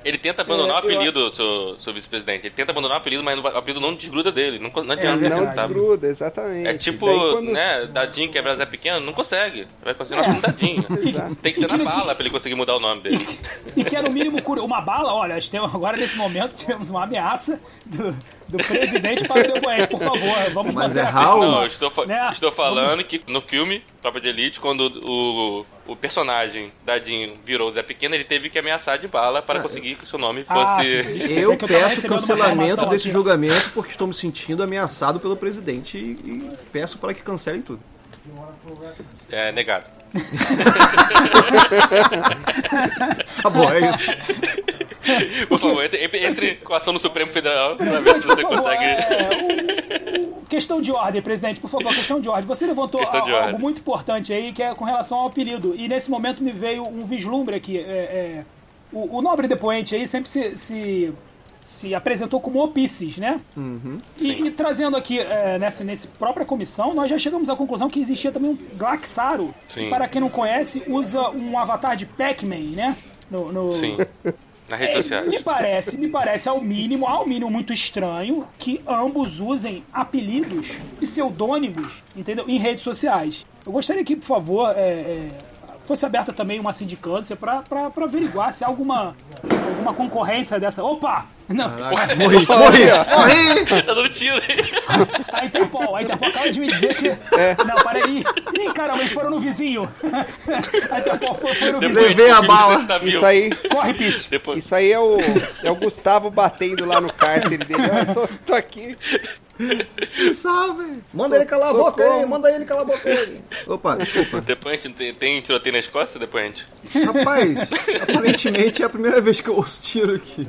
Speaker 1: Ele tenta abandonar
Speaker 2: É,
Speaker 1: o
Speaker 2: eu-
Speaker 1: apelido, seu, seu vice-presidente. Ele tenta abandonar o apelido, mas o apelido não desgruda dele. Não, co- não
Speaker 4: É,
Speaker 1: adianta.
Speaker 2: não
Speaker 4: verdade.
Speaker 1: sabe?
Speaker 2: desgruda, exatamente.
Speaker 1: É tipo,
Speaker 2: Daí quando- É.
Speaker 1: né, Dadinho que é Brasil é pequeno, não consegue. Vai continuar sendo Dadinho.
Speaker 2: Exato.
Speaker 1: Tem que ser
Speaker 4: E
Speaker 1: na
Speaker 4: que-
Speaker 1: bala pra ele conseguir mudar o nome dele.
Speaker 4: E que era o mínimo curioso. Uma bala, olha, nós temos- agora nesse momento tivemos uma ameaça do, do presidente para o depoente. Por favor, vamos
Speaker 3: Mas
Speaker 4: manter
Speaker 3: é
Speaker 4: a-
Speaker 3: Raul.
Speaker 1: Não, eu estou, fa-
Speaker 4: Né?
Speaker 1: estou falando que no filme Tropa de Elite, quando o, o personagem Dadinho virou Zé Pequeno, ele teve que ameaçar de bala para conseguir que o seu nome
Speaker 4: Ah,
Speaker 1: fosse.
Speaker 4: sim.
Speaker 3: Eu
Speaker 4: É que eu tava
Speaker 3: peço
Speaker 4: recebendo uma
Speaker 3: cancelamento
Speaker 4: informação
Speaker 3: desse
Speaker 4: aqui.
Speaker 3: julgamento porque estou me sentindo ameaçado pelo presidente e, e peço para que cancelem tudo.
Speaker 1: É, negado.
Speaker 3: Tá bom, é isso.
Speaker 1: Por favor, entre, entre-
Speaker 2: Assim.
Speaker 1: entre com a ação no Supremo Federal pra ver se
Speaker 4: Presidente, por
Speaker 1: você
Speaker 4: favor,
Speaker 1: consegue.
Speaker 2: um-
Speaker 4: é, o- o- questão de ordem, presidente, por favor, questão de ordem. Você levantou
Speaker 1: Questão de
Speaker 4: a- algo
Speaker 1: ordem.
Speaker 4: muito importante aí, que é com relação ao apelido. E nesse momento me veio um vislumbre aqui. é, é, o, o nobre depoente aí sempre se, se, se apresentou como o Pisces, né? E, e trazendo aqui, é, nessa, nessa própria comissão, nós já chegamos à conclusão que existia também um Glaxaro.
Speaker 1: Sim.
Speaker 4: que, Para quem não conhece, usa um avatar de Pac-Man, né? No, no-
Speaker 1: Sim. Nas redes
Speaker 4: é, me
Speaker 1: sociais.
Speaker 4: parece, me parece ao mínimo, ao mínimo muito estranho que ambos usem apelidos, pseudônimos, entendeu? Em redes sociais. Eu gostaria que, por favor, é, é, fosse aberta também uma sindicância para averiguar se há alguma, alguma concorrência dessa. Opa! Não,
Speaker 3: Caraca, morri, morri, morri!
Speaker 1: Tá dando tiro.
Speaker 4: a Interpol, a Interpol acaba de me dizer que.
Speaker 1: É.
Speaker 4: Não, peraí. Ih, caramba, eles foram no vizinho. A Interpol foi, foi no vizinho.
Speaker 3: Levei a bala.
Speaker 2: Isso aí,
Speaker 4: Corre, Pisse.
Speaker 1: tá Depois,
Speaker 2: isso aí é o, é o Gustavo batendo lá no cárcere dele. Ah, tô, tô aqui.
Speaker 3: Me salve! Manda ele calar a boca aí, manda ele calar a boca aí. Opa, desculpa.
Speaker 1: depois a gente tem, tem tiroteio na Escócia? Depois a gente.
Speaker 3: Rapaz, aparentemente é a primeira vez que eu ouço tiro aqui.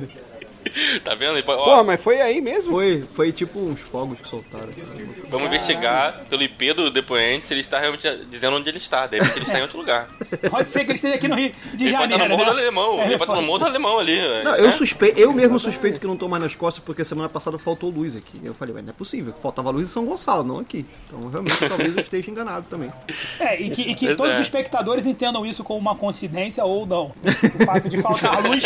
Speaker 1: Tá vendo? Ó,
Speaker 2: Pô, mas foi aí mesmo?
Speaker 3: Foi, foi tipo uns fogos que soltaram. assim. sabe?
Speaker 1: Vamos investigar pelo IP do depoente se ele está realmente dizendo onde ele está. De repente ele está em outro lugar.
Speaker 4: Pode ser que eles estejam aqui no Rio de
Speaker 1: Ele pode estar tá no
Speaker 4: Janeiro.
Speaker 1: Morro
Speaker 4: né?
Speaker 1: do Alemão.
Speaker 4: É,
Speaker 1: Ele pode estar no
Speaker 4: foda.
Speaker 1: Morro do Alemão ali. é, né? velho.
Speaker 3: Não, eu suspeito, eu mesmo suspeito que não tô mais nas costas porque semana passada faltou luz aqui. Eu falei, ué, não é possível, faltava luz em São Gonçalo, não aqui. Então realmente talvez eu esteja enganado também.
Speaker 4: É, e que, e que
Speaker 1: Pois
Speaker 4: todos
Speaker 1: é.
Speaker 4: os espectadores entendam isso como uma coincidência ou não. O fato de faltar luz,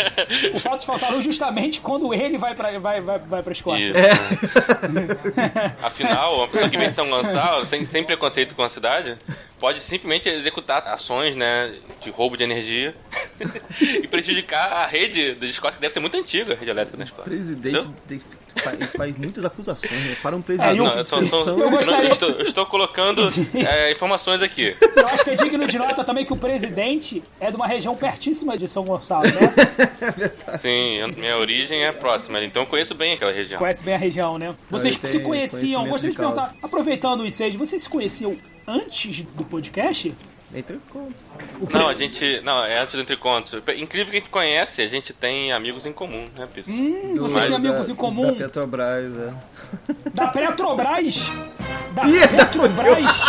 Speaker 4: o fato de faltar luz justamente quando ele vai pra, vai, vai, vai pra Escócia.
Speaker 1: Isso.
Speaker 3: É.
Speaker 1: Afinal, uma pessoa que vem de São Gonçalo, sem, sem preconceito com a cidade, pode simplesmente executar ações, né, de roubo de energia e prejudicar a rede da Escócia, que deve ser muito antiga, a rede elétrica da Escócia.
Speaker 3: Presidente
Speaker 1: Não?
Speaker 3: tem- fa- faz, muitas acusações, né? Para um presidente
Speaker 4: É, eu-
Speaker 1: Não,
Speaker 3: de
Speaker 1: eu, tô, tô-
Speaker 3: sessão, né?
Speaker 1: eu
Speaker 4: eu gostaria-
Speaker 1: estou, eu estou colocando é, informações aqui.
Speaker 4: Eu acho que é digno de nota também que o presidente é de uma região pertíssima de São Gonçalo, né?
Speaker 1: Sim, eu- minha origem é próxima, então eu conheço bem aquela região.
Speaker 4: Conhece bem a região, né? Vocês
Speaker 3: Ele tem
Speaker 4: se conheciam,
Speaker 3: conhecimento
Speaker 4: gostaria de
Speaker 3: de causa.
Speaker 4: perguntar, aproveitando o incêndio, vocês se conheciam antes do podcast?
Speaker 3: entra com...
Speaker 1: Não, a gente. Não, é antes do Entre Contos. Incrível que a gente conhece, a gente tem amigos em comum, né, Pisso?
Speaker 4: Hum, vocês têm
Speaker 3: da-
Speaker 4: amigos em comum
Speaker 3: Da Petrobras, é.
Speaker 4: da Petrobras? Da
Speaker 3: Ih, da-
Speaker 4: Petrobras?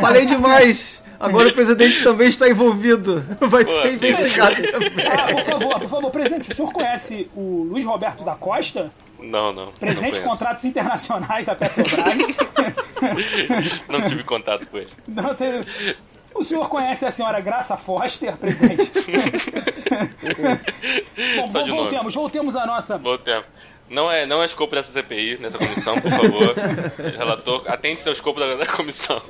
Speaker 3: Falei demais! Agora o presidente também está envolvido. Vai
Speaker 1: Pô,
Speaker 3: ser investigado também.
Speaker 4: Ah, por favor, por favor, presidente, o senhor conhece o Luiz Roberto da Costa,
Speaker 1: Não, não.
Speaker 4: presidente de
Speaker 1: não conheço.
Speaker 4: contratos internacionais da Petrobras?
Speaker 1: Não tive contato com ele.
Speaker 4: Não teve- O senhor conhece a senhora Graça Foster, presidente? Bom,
Speaker 1: Só de nome.
Speaker 4: voltemos, voltemos à nossa.
Speaker 1: Bom tempo. Não é, não é escopo dessa CPI, nessa comissão, por favor. Relator, atente-se ao escopo da, da comissão.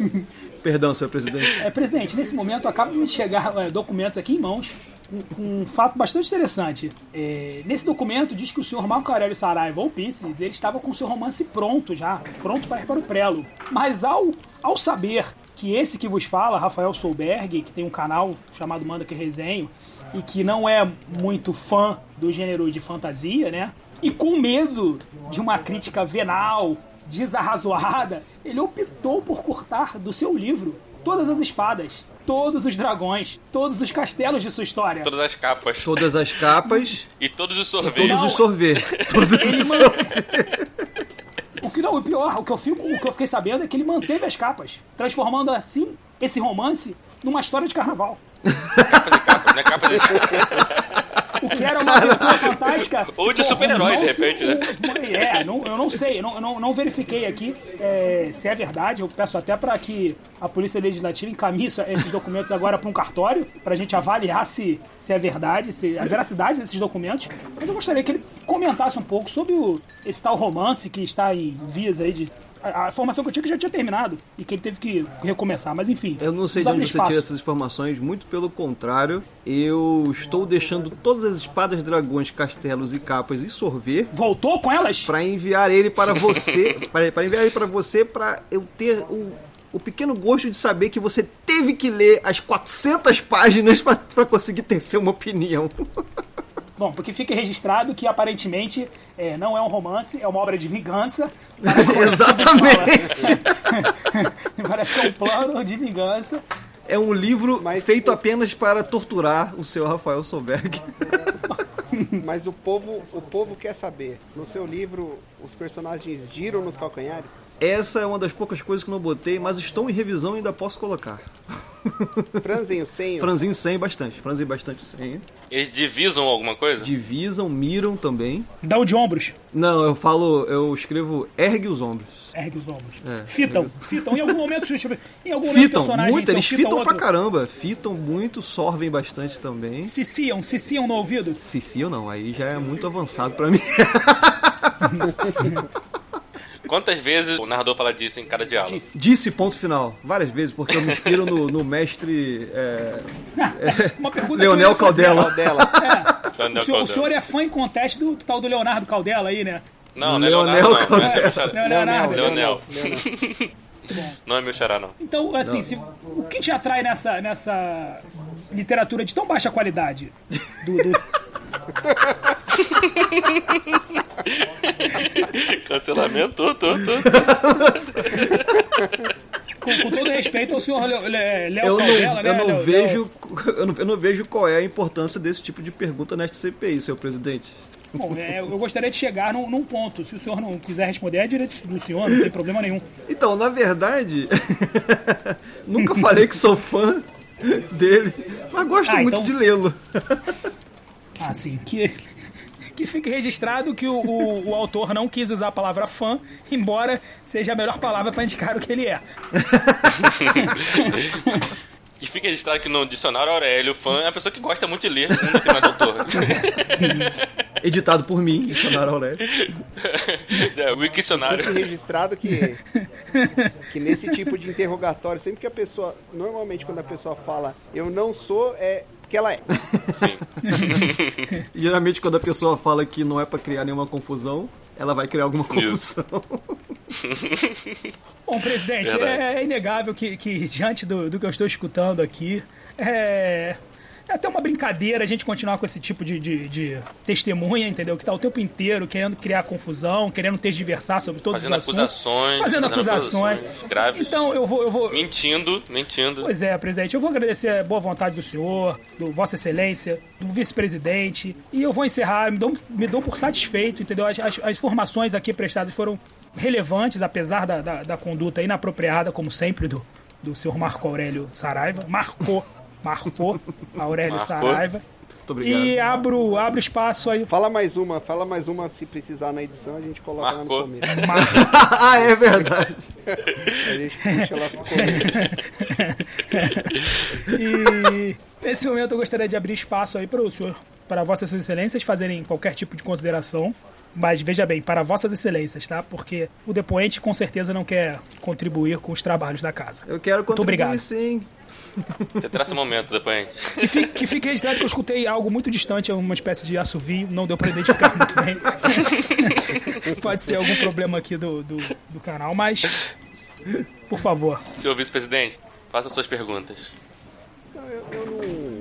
Speaker 3: Perdão, senhor presidente.
Speaker 4: É, presidente, nesse momento acabam de chegar é, documentos aqui em mãos. com- com Um, fato bastante interessante. É, nesse documento diz que o senhor Marco Aurélio Saraiva ou Pisces, ele estava com o seu romance pronto já, pronto para ir para o prelo. Mas ao, ao saber que esse que vos fala, Rafael Solberg, que tem um canal chamado Manda Que Resenho, e que não é muito fã do gênero de fantasia, né? E com medo de uma crítica venal, desarrazoada, ele optou por cortar do seu livro todas as espadas, todos os dragões, todos os castelos de sua história.
Speaker 1: Todas as capas.
Speaker 3: Todas as capas,
Speaker 1: E todos os sorvetes.
Speaker 3: todos
Speaker 4: Não.
Speaker 3: os sorvetes. Todos os sorvetes.
Speaker 4: O que não, o pior, o que, eu fico, o que eu fiquei sabendo é que ele manteve as capas, transformando assim esse romance numa história de carnaval.
Speaker 1: Né, capa de...
Speaker 4: O que era uma aventura fantástica.
Speaker 1: Ou de
Speaker 4: Porra,
Speaker 1: super-herói,
Speaker 4: não
Speaker 1: de
Speaker 4: se-
Speaker 1: repente, né?
Speaker 4: o- É, não- eu não sei, eu não, eu não, não verifiquei aqui é, se é verdade. Eu peço até para que a Polícia Legislativa encaminhe isso- esses documentos agora para um cartório, para a gente avaliar se, se é verdade, se a veracidade desses documentos. Mas eu gostaria que ele comentasse um pouco sobre o, esse tal romance que está em vias aí de. A, a formação que eu tinha que já tinha terminado e que ele teve que recomeçar, mas enfim.
Speaker 3: Eu não sei de
Speaker 4: nos
Speaker 3: onde
Speaker 4: abre
Speaker 3: você
Speaker 4: espaço.
Speaker 3: tira essas informações, muito pelo contrário. Eu estou deixando todas as espadas, dragões, castelos e capas e sorver
Speaker 4: Voltou com elas?
Speaker 3: para enviar ele para você, para enviar ele para você para eu ter o, o pequeno gosto de saber que você teve que ler as 400 páginas para conseguir tecer uma opinião.
Speaker 4: Bom, porque fica registrado que aparentemente é, não é um romance, é uma obra de vingança. Parece que fala- Parece que é um plano de vingança.
Speaker 3: É um livro
Speaker 2: Mas
Speaker 3: feito
Speaker 2: o-
Speaker 3: apenas para torturar o seu Rafael Solberg.
Speaker 2: Mas o povo, o povo quer saber. No seu livro, os personagens giram nos calcanhares?
Speaker 3: Essa é uma das poucas coisas que não botei, mas estão em revisão e ainda posso colocar.
Speaker 2: Franzem o senho?
Speaker 3: Franzinho 100 bastante, franzinho bastante 100.
Speaker 1: Eles divisam alguma coisa?
Speaker 3: Divisam, miram também.
Speaker 4: Dá o de ombros.
Speaker 3: Não, eu falo, eu escrevo ergue os ombros.
Speaker 4: Ergue os ombros.
Speaker 3: É,
Speaker 4: fitam, fitam. Em algum momento, deixa eu ver. Em algum momento, o
Speaker 3: Fitam
Speaker 4: personagem
Speaker 3: muito,
Speaker 4: seu
Speaker 3: eles fitam
Speaker 4: outro.
Speaker 3: pra caramba. Fitam muito, sorvem bastante também.
Speaker 4: Ciciam, ciciam no ouvido.
Speaker 3: Se sim ou não, aí já é muito avançado pra mim.
Speaker 1: Quantas vezes o narrador fala disso em cada diálogo?
Speaker 2: Disse.
Speaker 3: Disse ponto final, várias vezes, porque eu me inspiro no, no mestre é,
Speaker 4: Uma pergunta que eu
Speaker 3: Leonel
Speaker 4: ia fazer.
Speaker 3: Caldela.
Speaker 2: Dela.
Speaker 1: Quando
Speaker 4: O
Speaker 1: eu-
Speaker 4: senhor, o
Speaker 1: quando eu-
Speaker 4: senhor é fã em contest do, do tal do Leonardo Caldela aí, né?
Speaker 1: Não, não é
Speaker 3: Leonel
Speaker 1: Leonardo, não. Não é meu
Speaker 3: Caldela.
Speaker 1: xará.
Speaker 4: Leonardo.
Speaker 1: Leonel. Não é meu xará, não.
Speaker 4: Então, assim, se- o que te atrai nessa, nessa literatura de tão baixa qualidade? Do, do-
Speaker 1: Cancelamento, tu, tu, tu.
Speaker 4: com, com todo respeito ao senhor Léo Le,
Speaker 3: Eu não,
Speaker 4: Caldela, né?
Speaker 3: eu, não
Speaker 4: Léo-
Speaker 3: vejo, eu, não, eu não vejo qual é a importância desse tipo de pergunta nesta CPI, seu presidente.
Speaker 4: Léo- Bom, é, eu gostaria de chegar num, num ponto. Se o senhor não quiser responder, é direito do senhor, não tem problema nenhum.
Speaker 3: Então, na verdade, nunca falei que sou fã dele, mas gosto
Speaker 4: Ah,
Speaker 3: muito
Speaker 4: então-
Speaker 3: de lê-lo.
Speaker 4: Ah, sim. Que, que fique registrado que o, o- o autor não quis usar a palavra fã, embora seja a melhor palavra para indicar o que ele é.
Speaker 1: E fica né, registrado que no dicionário Aurélio, fã é a pessoa que gosta muito de ler, nunca tem mais doutor.
Speaker 3: Editado por mim, dicionário Aurélio.
Speaker 1: É, o Wiktionário.
Speaker 2: Fique registrado que, que nesse tipo de interrogatório, sempre que a pessoa. Normalmente quando a pessoa fala eu não sou, é porque ela é.
Speaker 1: Sim.
Speaker 3: Geralmente quando a pessoa fala que não é pra criar nenhuma confusão, ela vai criar alguma
Speaker 1: Isso.
Speaker 3: confusão.
Speaker 4: Bom, presidente,
Speaker 1: Verdade.
Speaker 4: é, é inegável que, que diante do, do que eu estou escutando aqui, é, é até uma brincadeira a gente continuar com esse tipo de, de- de testemunha, entendeu? Que tá o tempo inteiro querendo criar confusão, querendo tergiversar sobre todos
Speaker 1: Fazendo
Speaker 4: os assuntos.
Speaker 1: acusações.
Speaker 4: Fazendo acusações.
Speaker 1: graves.
Speaker 4: Então eu vou, eu vou,
Speaker 1: Mentindo, mentindo.
Speaker 4: Pois é, presidente, eu vou agradecer a boa vontade do senhor, do Vossa Excelência, do vice-presidente, e eu vou encerrar, me dou, me dou por satisfeito, entendeu? As, as, as informações aqui prestadas foram relevantes, apesar da, da, da conduta inapropriada, como sempre, do, do senhor Marco Aurélio Saraiva. Marcou, marcou Aurélio
Speaker 1: Marcou.
Speaker 4: Saraiva.
Speaker 3: Muito obrigado.
Speaker 4: E abro, abro espaço aí.
Speaker 2: Fala mais uma, fala mais uma se precisar na edição, a gente coloca
Speaker 1: Marcou.
Speaker 2: lá no começo.
Speaker 4: Marco.
Speaker 3: ah, é verdade.
Speaker 2: A gente puxa lá pro começo.
Speaker 4: E nesse momento eu gostaria de abrir espaço aí para o senhor, para vossas excelências fazerem qualquer tipo de consideração. Mas veja bem, para vossas excelências, tá? Porque o depoente com certeza não quer contribuir com os trabalhos da casa.
Speaker 3: Eu quero
Speaker 4: obrigado.
Speaker 3: contribuir sim.
Speaker 1: Retrata esse um momento depois.
Speaker 4: Que fique, que fique registrado que eu escutei algo muito distante, é uma espécie de assovio, não deu para identificar muito bem. Pode ser algum problema aqui do, do, do canal, mas. Por favor.
Speaker 1: Senhor vice-presidente, faça suas perguntas.
Speaker 2: Não, Então, eu, eu não.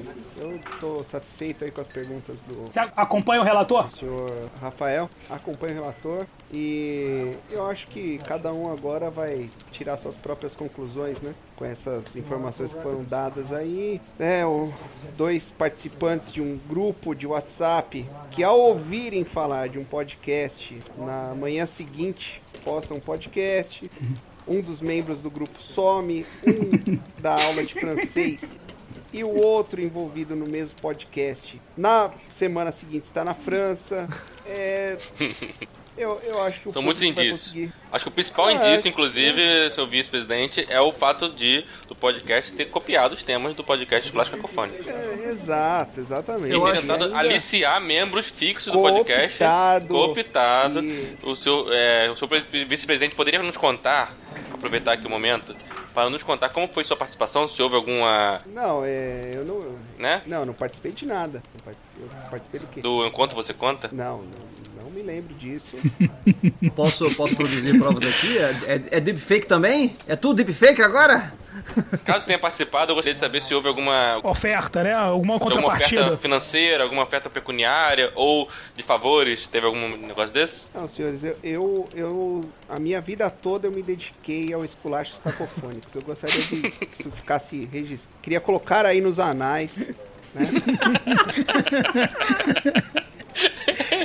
Speaker 2: Eu tô satisfeito aí com as perguntas do
Speaker 4: Você acompanha o relator?
Speaker 2: senhor Rafael. Acompanho o relator. E eu acho que cada um agora vai tirar suas próprias conclusões, né? Com essas informações que foram dadas aí. É, o, dois participantes de um grupo de WhatsApp que ao ouvirem falar de um podcast na manhã seguinte postam um podcast. Um dos membros do grupo some, um da aula de francês e o outro envolvido no mesmo podcast na semana seguinte está na França. É, eu, eu acho que o
Speaker 1: São muitos
Speaker 2: público vai
Speaker 1: indícios.
Speaker 2: conseguir.
Speaker 1: Acho que o principal
Speaker 2: É, acho
Speaker 1: indício,
Speaker 2: que-
Speaker 1: inclusive, senhor vice-presidente, é o fato de do podcast ter copiado os temas do podcast Escolástico Cacofônico.
Speaker 2: É, exato, exatamente.
Speaker 1: E
Speaker 3: Eu
Speaker 1: ter
Speaker 3: acho
Speaker 1: tentado
Speaker 2: ainda-
Speaker 1: aliciar membros fixos do podcast.
Speaker 2: Cooptado.
Speaker 1: Cooptado.
Speaker 2: E-
Speaker 1: O seu, é, o seu pre- vice-presidente poderia nos contar, aproveitar aqui o momento, para nos contar como foi sua participação, se houve alguma,
Speaker 2: Não, é, eu não,
Speaker 1: né?
Speaker 2: não, eu não participei de nada. Eu parti- Eu participei do quê?
Speaker 1: Do encontro você conta?
Speaker 2: Não, não, não me lembro disso.
Speaker 3: Posso, posso produzir provas aqui? É, é, é deepfake também? É tudo deepfake agora?
Speaker 1: Caso tenha participado, eu gostaria de saber se houve alguma
Speaker 4: Oferta, né? Alguma
Speaker 1: alguma oferta
Speaker 4: contrapartida.
Speaker 1: financeira, alguma oferta pecuniária ou de favores. Teve algum negócio desse?
Speaker 2: Não, senhores, eu, eu, eu- a minha vida toda eu me dediquei ao esculachos cacofônicos. Eu gostaria de isso ficasse registrado. Queria colocar aí nos anais, né?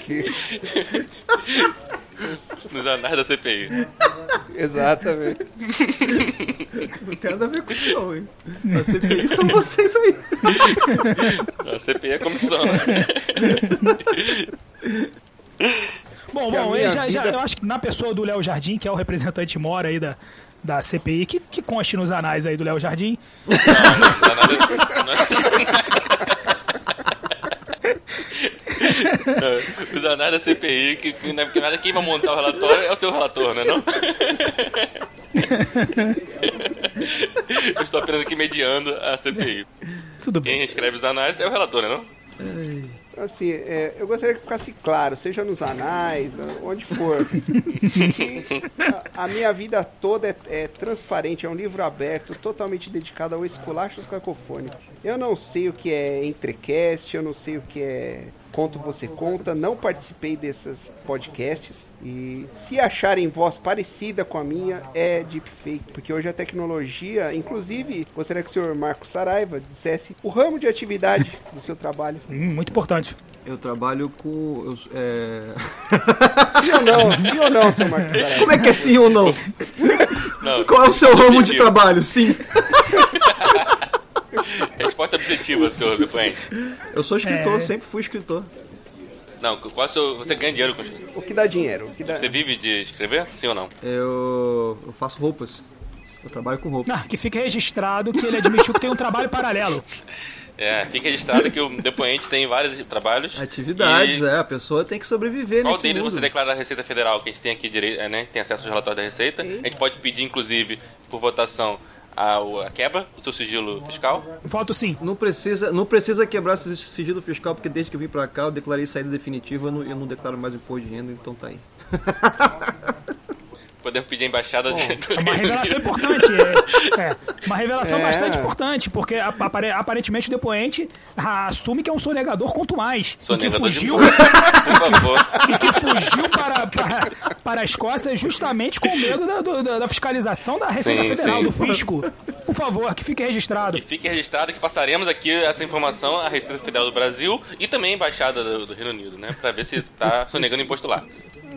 Speaker 2: Que-
Speaker 1: Nos anais da CPI.
Speaker 2: exatamente.
Speaker 3: Não tem nada a ver com isso, não, hein? A CPI são vocês aí.
Speaker 1: A CPI é comissão. né?
Speaker 4: Bom,
Speaker 2: Que a
Speaker 4: bom,
Speaker 2: minha
Speaker 4: eu, já, já-
Speaker 2: vida-
Speaker 4: eu acho que na pessoa do Léo Jardim, que é o representante mora aí da, da CPI, que, que conste nos anais aí do Léo Jardim.
Speaker 1: Não é nada- né? não é- Os anais da CPI, que, que, na- que nada quem vai montar o relatório é o seu relator, né? Não? Eu estou apenas aqui mediando a CPI.
Speaker 4: Tudo bem.
Speaker 1: Quem escreve os anais é o relator, né? Não?
Speaker 2: Assim, é, eu gostaria que ficasse claro, seja nos anais, né, onde for. que a, a minha vida toda é, é transparente, é um livro aberto, totalmente dedicado ao esculachos cacofônicos. Eu não sei o que é entrecast, eu não sei o que é conto você conta, não participei desses podcasts e se acharem voz parecida com a minha é deepfake, porque hoje a tecnologia, inclusive, gostaria que o senhor Marco Saraiva dissesse o ramo de atividade do seu trabalho.
Speaker 4: Hum, muito importante.
Speaker 3: Eu trabalho com. eu- é...
Speaker 2: Sim ou não? Sim ou não, seu Marcos Saraiva?
Speaker 3: Como é que é sim ou não?
Speaker 1: Não.
Speaker 3: Qual é o seu ramo de trabalho? Sim.
Speaker 1: Resposta objetiva, senhor depoente.
Speaker 3: Eu sou escritor,
Speaker 4: É.
Speaker 3: sempre fui escritor.
Speaker 1: Não, qual é o seu, você ganha dinheiro com isso?
Speaker 2: O que dá dinheiro? O que dá...
Speaker 1: Você vive de escrever? Sim ou não?
Speaker 3: Eu, eu faço roupas. Eu trabalho com roupas.
Speaker 4: Ah, que fique registrado que ele admitiu que tem um trabalho paralelo.
Speaker 1: É, fica registrado que o depoente tem vários trabalhos.
Speaker 3: Atividades,
Speaker 1: E
Speaker 3: é. A pessoa tem que sobreviver
Speaker 1: Qual
Speaker 3: nesse
Speaker 1: deles
Speaker 3: mundo.
Speaker 1: você declara na Receita Federal? Que a gente tem aqui direito, é, né? Tem acesso aos relatórios da Receita. A gente pode pedir, inclusive, por votação, a, o- a quebra do seu sigilo fiscal.
Speaker 4: Voto sim.
Speaker 3: Não precisa, não precisa quebrar esse sigilo fiscal, porque desde que eu vim pra cá eu declarei saída definitiva eu não- eu não declaro mais imposto de renda, então tá aí.
Speaker 1: Podemos pedir a embaixada de- do
Speaker 4: É
Speaker 1: Reino
Speaker 4: uma
Speaker 1: Unido.
Speaker 4: revelação importante. É, é. uma revelação
Speaker 2: É.
Speaker 4: bastante importante, porque a- apare- aparentemente o depoente ah, assume que é um sonegador quanto mais.
Speaker 1: Sou
Speaker 4: e que
Speaker 1: negador de
Speaker 4: fugiu,
Speaker 1: imposto. Por favor.
Speaker 4: e que fugiu para, para, para a Escócia justamente com medo da, do- da- da fiscalização da Receita
Speaker 1: Sim,
Speaker 4: Federal,
Speaker 1: sim.
Speaker 4: do fisco. Por favor, que fique registrado.
Speaker 1: E fique registrado que passaremos aqui essa informação à Receita Federal do Brasil e também à Embaixada do, do Reino Unido, né? Pra ver se tá sonegando imposto lá.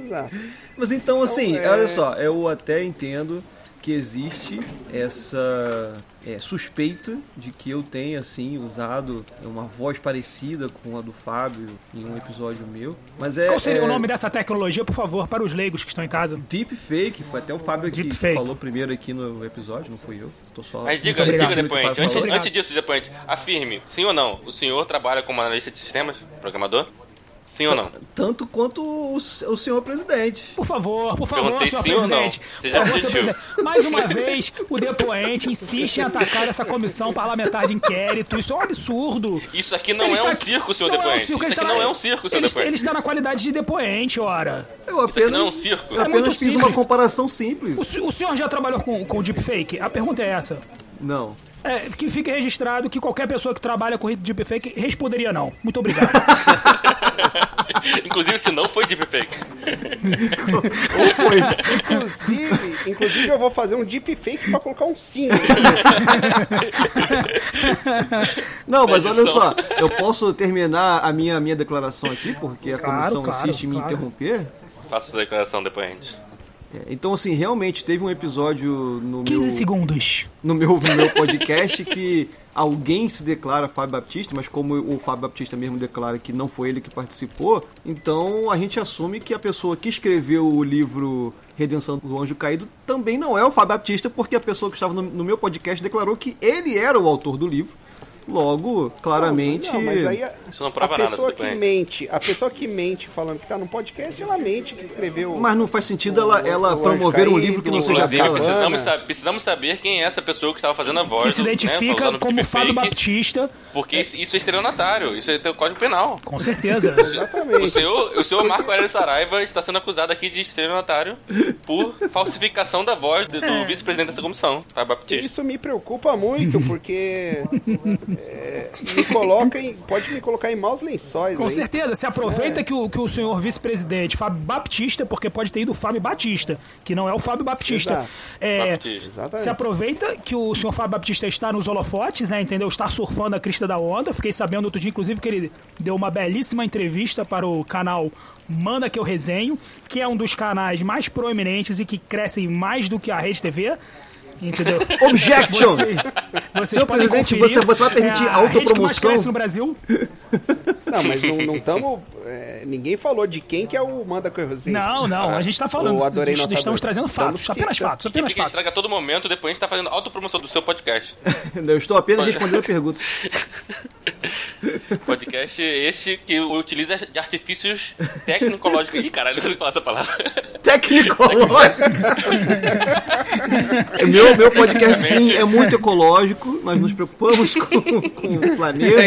Speaker 2: Exato.
Speaker 3: Mas então, assim,
Speaker 2: é-
Speaker 3: olha só, eu até entendo que existe essa é, suspeita de que eu tenha, assim, usado uma voz parecida com a do Fábio em um episódio meu. Mas é.
Speaker 4: Qual seria
Speaker 3: é,
Speaker 4: o nome dessa tecnologia, por favor, para os leigos que estão em casa?
Speaker 3: Deepfake, foi até o Fábio que, que
Speaker 4: Deepfake.
Speaker 3: falou primeiro aqui no episódio, não fui eu. Estou só.
Speaker 1: Mas diga,
Speaker 4: Muito
Speaker 1: diga
Speaker 4: obrigado.
Speaker 1: depoente, antes,
Speaker 4: Muito obrigado.
Speaker 1: antes disso, depoente, afirme, sim ou não, o senhor trabalha como analista de sistemas, programador? Sim ou não?
Speaker 3: Tanto quanto o, o senhor presidente.
Speaker 4: Por favor, por favor,
Speaker 1: Perguntei
Speaker 4: senhor
Speaker 1: sim ou não.
Speaker 4: presidente.
Speaker 1: Você
Speaker 4: Por
Speaker 1: já
Speaker 4: favor, senhor
Speaker 1: sentiu.
Speaker 4: presidente. Mais uma vez, o depoente insiste em atacar essa comissão parlamentar de inquérito. Isso é um absurdo.
Speaker 1: Isso aqui não é
Speaker 4: Ele está
Speaker 1: um
Speaker 4: aqui-
Speaker 1: circo, senhor
Speaker 4: não é um
Speaker 1: depoente.
Speaker 4: circo, ele
Speaker 1: Isso
Speaker 4: está
Speaker 1: aqui não
Speaker 4: na-
Speaker 1: é um circo, senhor
Speaker 4: ele,
Speaker 1: depoente.
Speaker 4: ele está na qualidade de depoente, ora.
Speaker 3: Eu
Speaker 1: Isso aqui
Speaker 3: apenas,
Speaker 1: não é um circo.
Speaker 3: eu apenas
Speaker 4: muito
Speaker 3: fiz
Speaker 4: simples.
Speaker 3: uma comparação simples.
Speaker 4: O, se- o senhor já trabalhou com, com deepfake? A pergunta é essa.
Speaker 3: Não.
Speaker 4: É, que fique registrado que qualquer pessoa que trabalha com deepfake responderia não. Muito obrigado.
Speaker 1: Inclusive, se não foi deepfake.
Speaker 2: Inclusive, inclusive, eu vou fazer um deepfake pra colocar um sino.
Speaker 3: Não, mas olha
Speaker 1: edição.
Speaker 3: só, eu posso terminar a minha, a minha declaração aqui, porque a
Speaker 4: Claro,
Speaker 3: comissão
Speaker 4: claro,
Speaker 3: insiste em me
Speaker 4: claro.
Speaker 3: interromper.
Speaker 1: Faça sua declaração, depoente.
Speaker 3: É, Então, assim, realmente teve um episódio no
Speaker 4: 15
Speaker 3: meu,
Speaker 4: segundos.
Speaker 3: no meu, no meu podcast que alguém se declara Fábio Baptista, mas como o Fábio Baptista mesmo declara que não foi ele que participou, então a gente assume que a pessoa que escreveu o livro Redenção do Anjo Caído também não é o Fábio Baptista, porque a pessoa que estava no, no meu podcast declarou que ele era o autor do livro. Logo, claramente.
Speaker 2: Não, mas aí a,
Speaker 1: Isso não
Speaker 2: a
Speaker 1: prova nada,
Speaker 2: pessoa
Speaker 1: tudo
Speaker 2: que
Speaker 1: bem.
Speaker 2: mente, a pessoa que mente falando que tá no podcast, ela mente que escreveu.
Speaker 3: Mas não faz sentido ela, ela
Speaker 2: o
Speaker 3: promover
Speaker 2: Anjo
Speaker 3: um livro que não
Speaker 2: Caído,
Speaker 3: seja
Speaker 2: Inclusive,
Speaker 1: Inclusive,
Speaker 3: dela.
Speaker 2: precisa-
Speaker 1: precisamos,
Speaker 2: Ana.
Speaker 1: sa- precisamos saber quem é essa pessoa que estava fazendo a voz.
Speaker 4: Tá Que se
Speaker 1: do- né,
Speaker 4: identifica
Speaker 1: usando o
Speaker 4: como Fábio
Speaker 1: deepfake.
Speaker 4: Baptista.
Speaker 1: Porque isso isso é estelionatário, isso é teu código penal.
Speaker 4: Com certeza.
Speaker 1: O
Speaker 2: Exatamente.
Speaker 1: senhor, o senhor Marco Aurélio Saraiva está sendo acusado aqui de estelionatário por falsificação da voz do, do
Speaker 4: É.
Speaker 1: vice-presidente dessa comissão, Fábio Baptista.
Speaker 2: Isso me preocupa muito, porque é, me coloca em, pode me colocar em maus lençóis.
Speaker 4: Com
Speaker 2: aí.
Speaker 4: certeza. Se aproveita que, o, que o senhor vice-presidente Fábio Baptista, porque pode ter ido o Fábio Batista, que não é o Fábio Baptista.
Speaker 2: Exato.
Speaker 4: É,
Speaker 1: Baptista.
Speaker 2: Exatamente.
Speaker 4: se aproveita que o senhor Fábio Baptista está nos holofotes, né, entendeu? Está surfando a crista da onda. Fiquei sabendo outro dia, inclusive, que ele deu uma belíssima entrevista para o canal Manda Que Eu Resenho, que é um dos canais mais proeminentes e que crescem mais do que a Rede TV. Entendeu?
Speaker 3: Objection!
Speaker 4: Você- vocês
Speaker 3: Senhor
Speaker 4: podem
Speaker 3: presidente,
Speaker 4: conferir. É
Speaker 3: você- você vai permitir
Speaker 4: a rede que mais
Speaker 3: autopromoção?
Speaker 4: cresce no Brasil?
Speaker 2: Não, mas não, não tamo. é, ninguém falou de quem que é o Manda Corrosinho.
Speaker 4: Não, não, a gente tá falando.
Speaker 2: Eu adorei
Speaker 4: est-
Speaker 2: notador.
Speaker 4: Estamos trazendo
Speaker 3: Então,
Speaker 4: fatos,
Speaker 2: Estamos
Speaker 4: apenas
Speaker 2: citando.
Speaker 4: fatos,
Speaker 1: Tem
Speaker 4: apenas
Speaker 1: que
Speaker 4: fatos.
Speaker 1: estraga a todo momento, depois a gente está fazendo autopromoção do seu podcast.
Speaker 3: Eu estou apenas respondendo perguntas.
Speaker 1: Podcast este que utiliza de artifícios tecnológicos. Ih, caralho, eu não sei falar essa palavra.
Speaker 3: Tecnológica! É meu, meu podcast, sim, é muito ecológico. Nós nos preocupamos com, com o
Speaker 2: É
Speaker 3: planeta.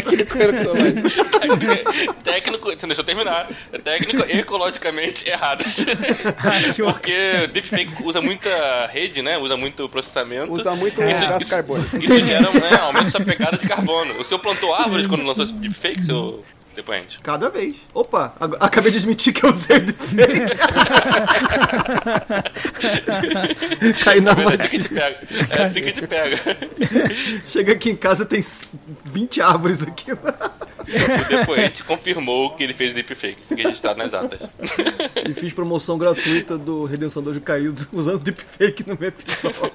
Speaker 1: Técnico, você não deixou eu terminar. É Técnico ecologicamente errado.
Speaker 4: que horror.
Speaker 1: Porque Deepfake usa muita rede, né? Usa muito processamento.
Speaker 2: Usa muito
Speaker 1: É.
Speaker 2: gás
Speaker 1: Isso-
Speaker 2: carbônico.
Speaker 1: Isso gera um né, aumento da pegada de carbono. O senhor plantou árvores quando lançou esse deepfake, seu depoente?
Speaker 3: Cada vez. Opa, ag- acabei de admitir que eu usei de fake. Caí na
Speaker 1: É assim que
Speaker 3: armadilha.
Speaker 1: te pega. É assim que te pega.
Speaker 3: Chega aqui em casa, tem s- 20 árvores aqui.
Speaker 1: O depoente confirmou que ele fez deepfake, registrado nas atas.
Speaker 3: E fiz promoção gratuita do Redenção do Anjo Caído usando deepfake no meu episódio.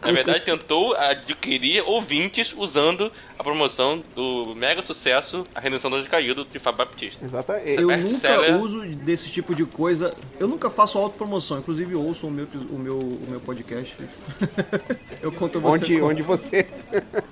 Speaker 1: Na verdade, tentou adquirir ouvintes usando a promoção do mega sucesso A Redenção do Anjo Caído, de Fábio Baptista.
Speaker 2: Exatamente.
Speaker 3: Eu
Speaker 1: Best
Speaker 3: nunca
Speaker 1: seller.
Speaker 3: uso desse tipo de coisa. Eu nunca faço autopromoção. Inclusive, ouço o meu, o meu, o meu podcast. eu conto você.
Speaker 2: Onde,
Speaker 3: como-
Speaker 2: onde você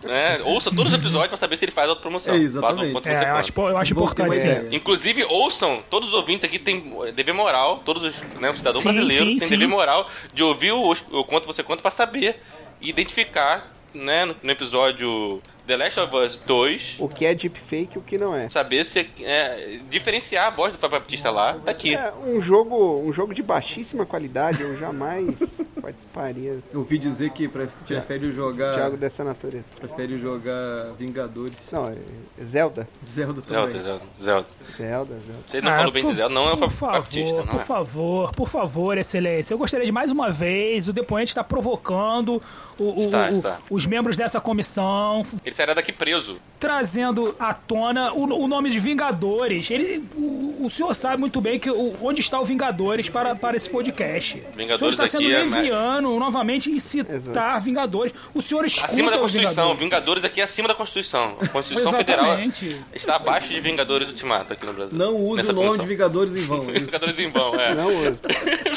Speaker 1: É, ouça todos os episódios pra saber se ele faz autopromoção.
Speaker 3: É, exatamente.
Speaker 1: Faz autopromoção,
Speaker 4: É,
Speaker 1: você
Speaker 4: eu
Speaker 1: conta.
Speaker 4: acho, eu acho
Speaker 3: Bom,
Speaker 4: importante
Speaker 3: tem uma
Speaker 4: sim.
Speaker 3: ideia.
Speaker 1: Inclusive, ouçam, todos os ouvintes aqui têm é, dever moral, todos os né, o cidadão
Speaker 4: Sim,
Speaker 1: brasileiro
Speaker 4: sim,
Speaker 1: tem
Speaker 4: sim.
Speaker 1: dever moral de ouvir o, o Conto Você Conta pra saber e identificar, né, no, no episódio The Last of Us 2,
Speaker 2: O que é deepfake e o que não é.
Speaker 1: saber se é, diferenciar a voz do Fábio Baptista lá daqui.
Speaker 2: É um jogo, um jogo de baixíssima qualidade, eu jamais participaria
Speaker 3: Eu ouvi dizer que pre- prefere
Speaker 2: de
Speaker 3: jogar,
Speaker 2: algo dessa natureza.
Speaker 3: prefere jogar Vingadores.
Speaker 2: Não, é Zelda.
Speaker 3: Zelda também.
Speaker 1: Zelda, Zelda, Zelda.
Speaker 2: Zelda, Zelda.
Speaker 1: Você não
Speaker 4: Ah,
Speaker 1: falou bem
Speaker 4: por-
Speaker 1: de Zelda, não é o
Speaker 4: Por
Speaker 1: Fábio Baptista,
Speaker 4: favor,
Speaker 1: não
Speaker 4: por
Speaker 1: é?
Speaker 4: favor, por favor, excelência. Eu gostaria de mais uma vez, o depoente está provocando o- o-
Speaker 1: Está,
Speaker 4: o-
Speaker 1: está.
Speaker 4: os membros dessa comissão, f-
Speaker 1: Ele sairá daqui preso.
Speaker 4: trazendo à tona o, o nome de Vingadores. Ele, o, o senhor sabe muito bem que o- onde está o Vingadores para, para esse podcast. o senhor
Speaker 1: Vingadores
Speaker 4: está sendo
Speaker 1: aqui é
Speaker 4: leviano novamente em citar
Speaker 2: Exato.
Speaker 4: Vingadores. O senhor escuta
Speaker 1: Acima da
Speaker 4: os
Speaker 1: Constituição.
Speaker 4: Vingadores.
Speaker 1: Vingadores aqui é acima da Constituição. A Constituição Federal
Speaker 4: Exatamente.
Speaker 1: está abaixo de Vingadores Ultimato aqui no Brasil.
Speaker 3: Não use
Speaker 1: Nessa
Speaker 3: o nome
Speaker 1: comissão.
Speaker 3: de Vingadores em vão. Isso.
Speaker 1: Vingadores em vão, é.
Speaker 2: Não uso.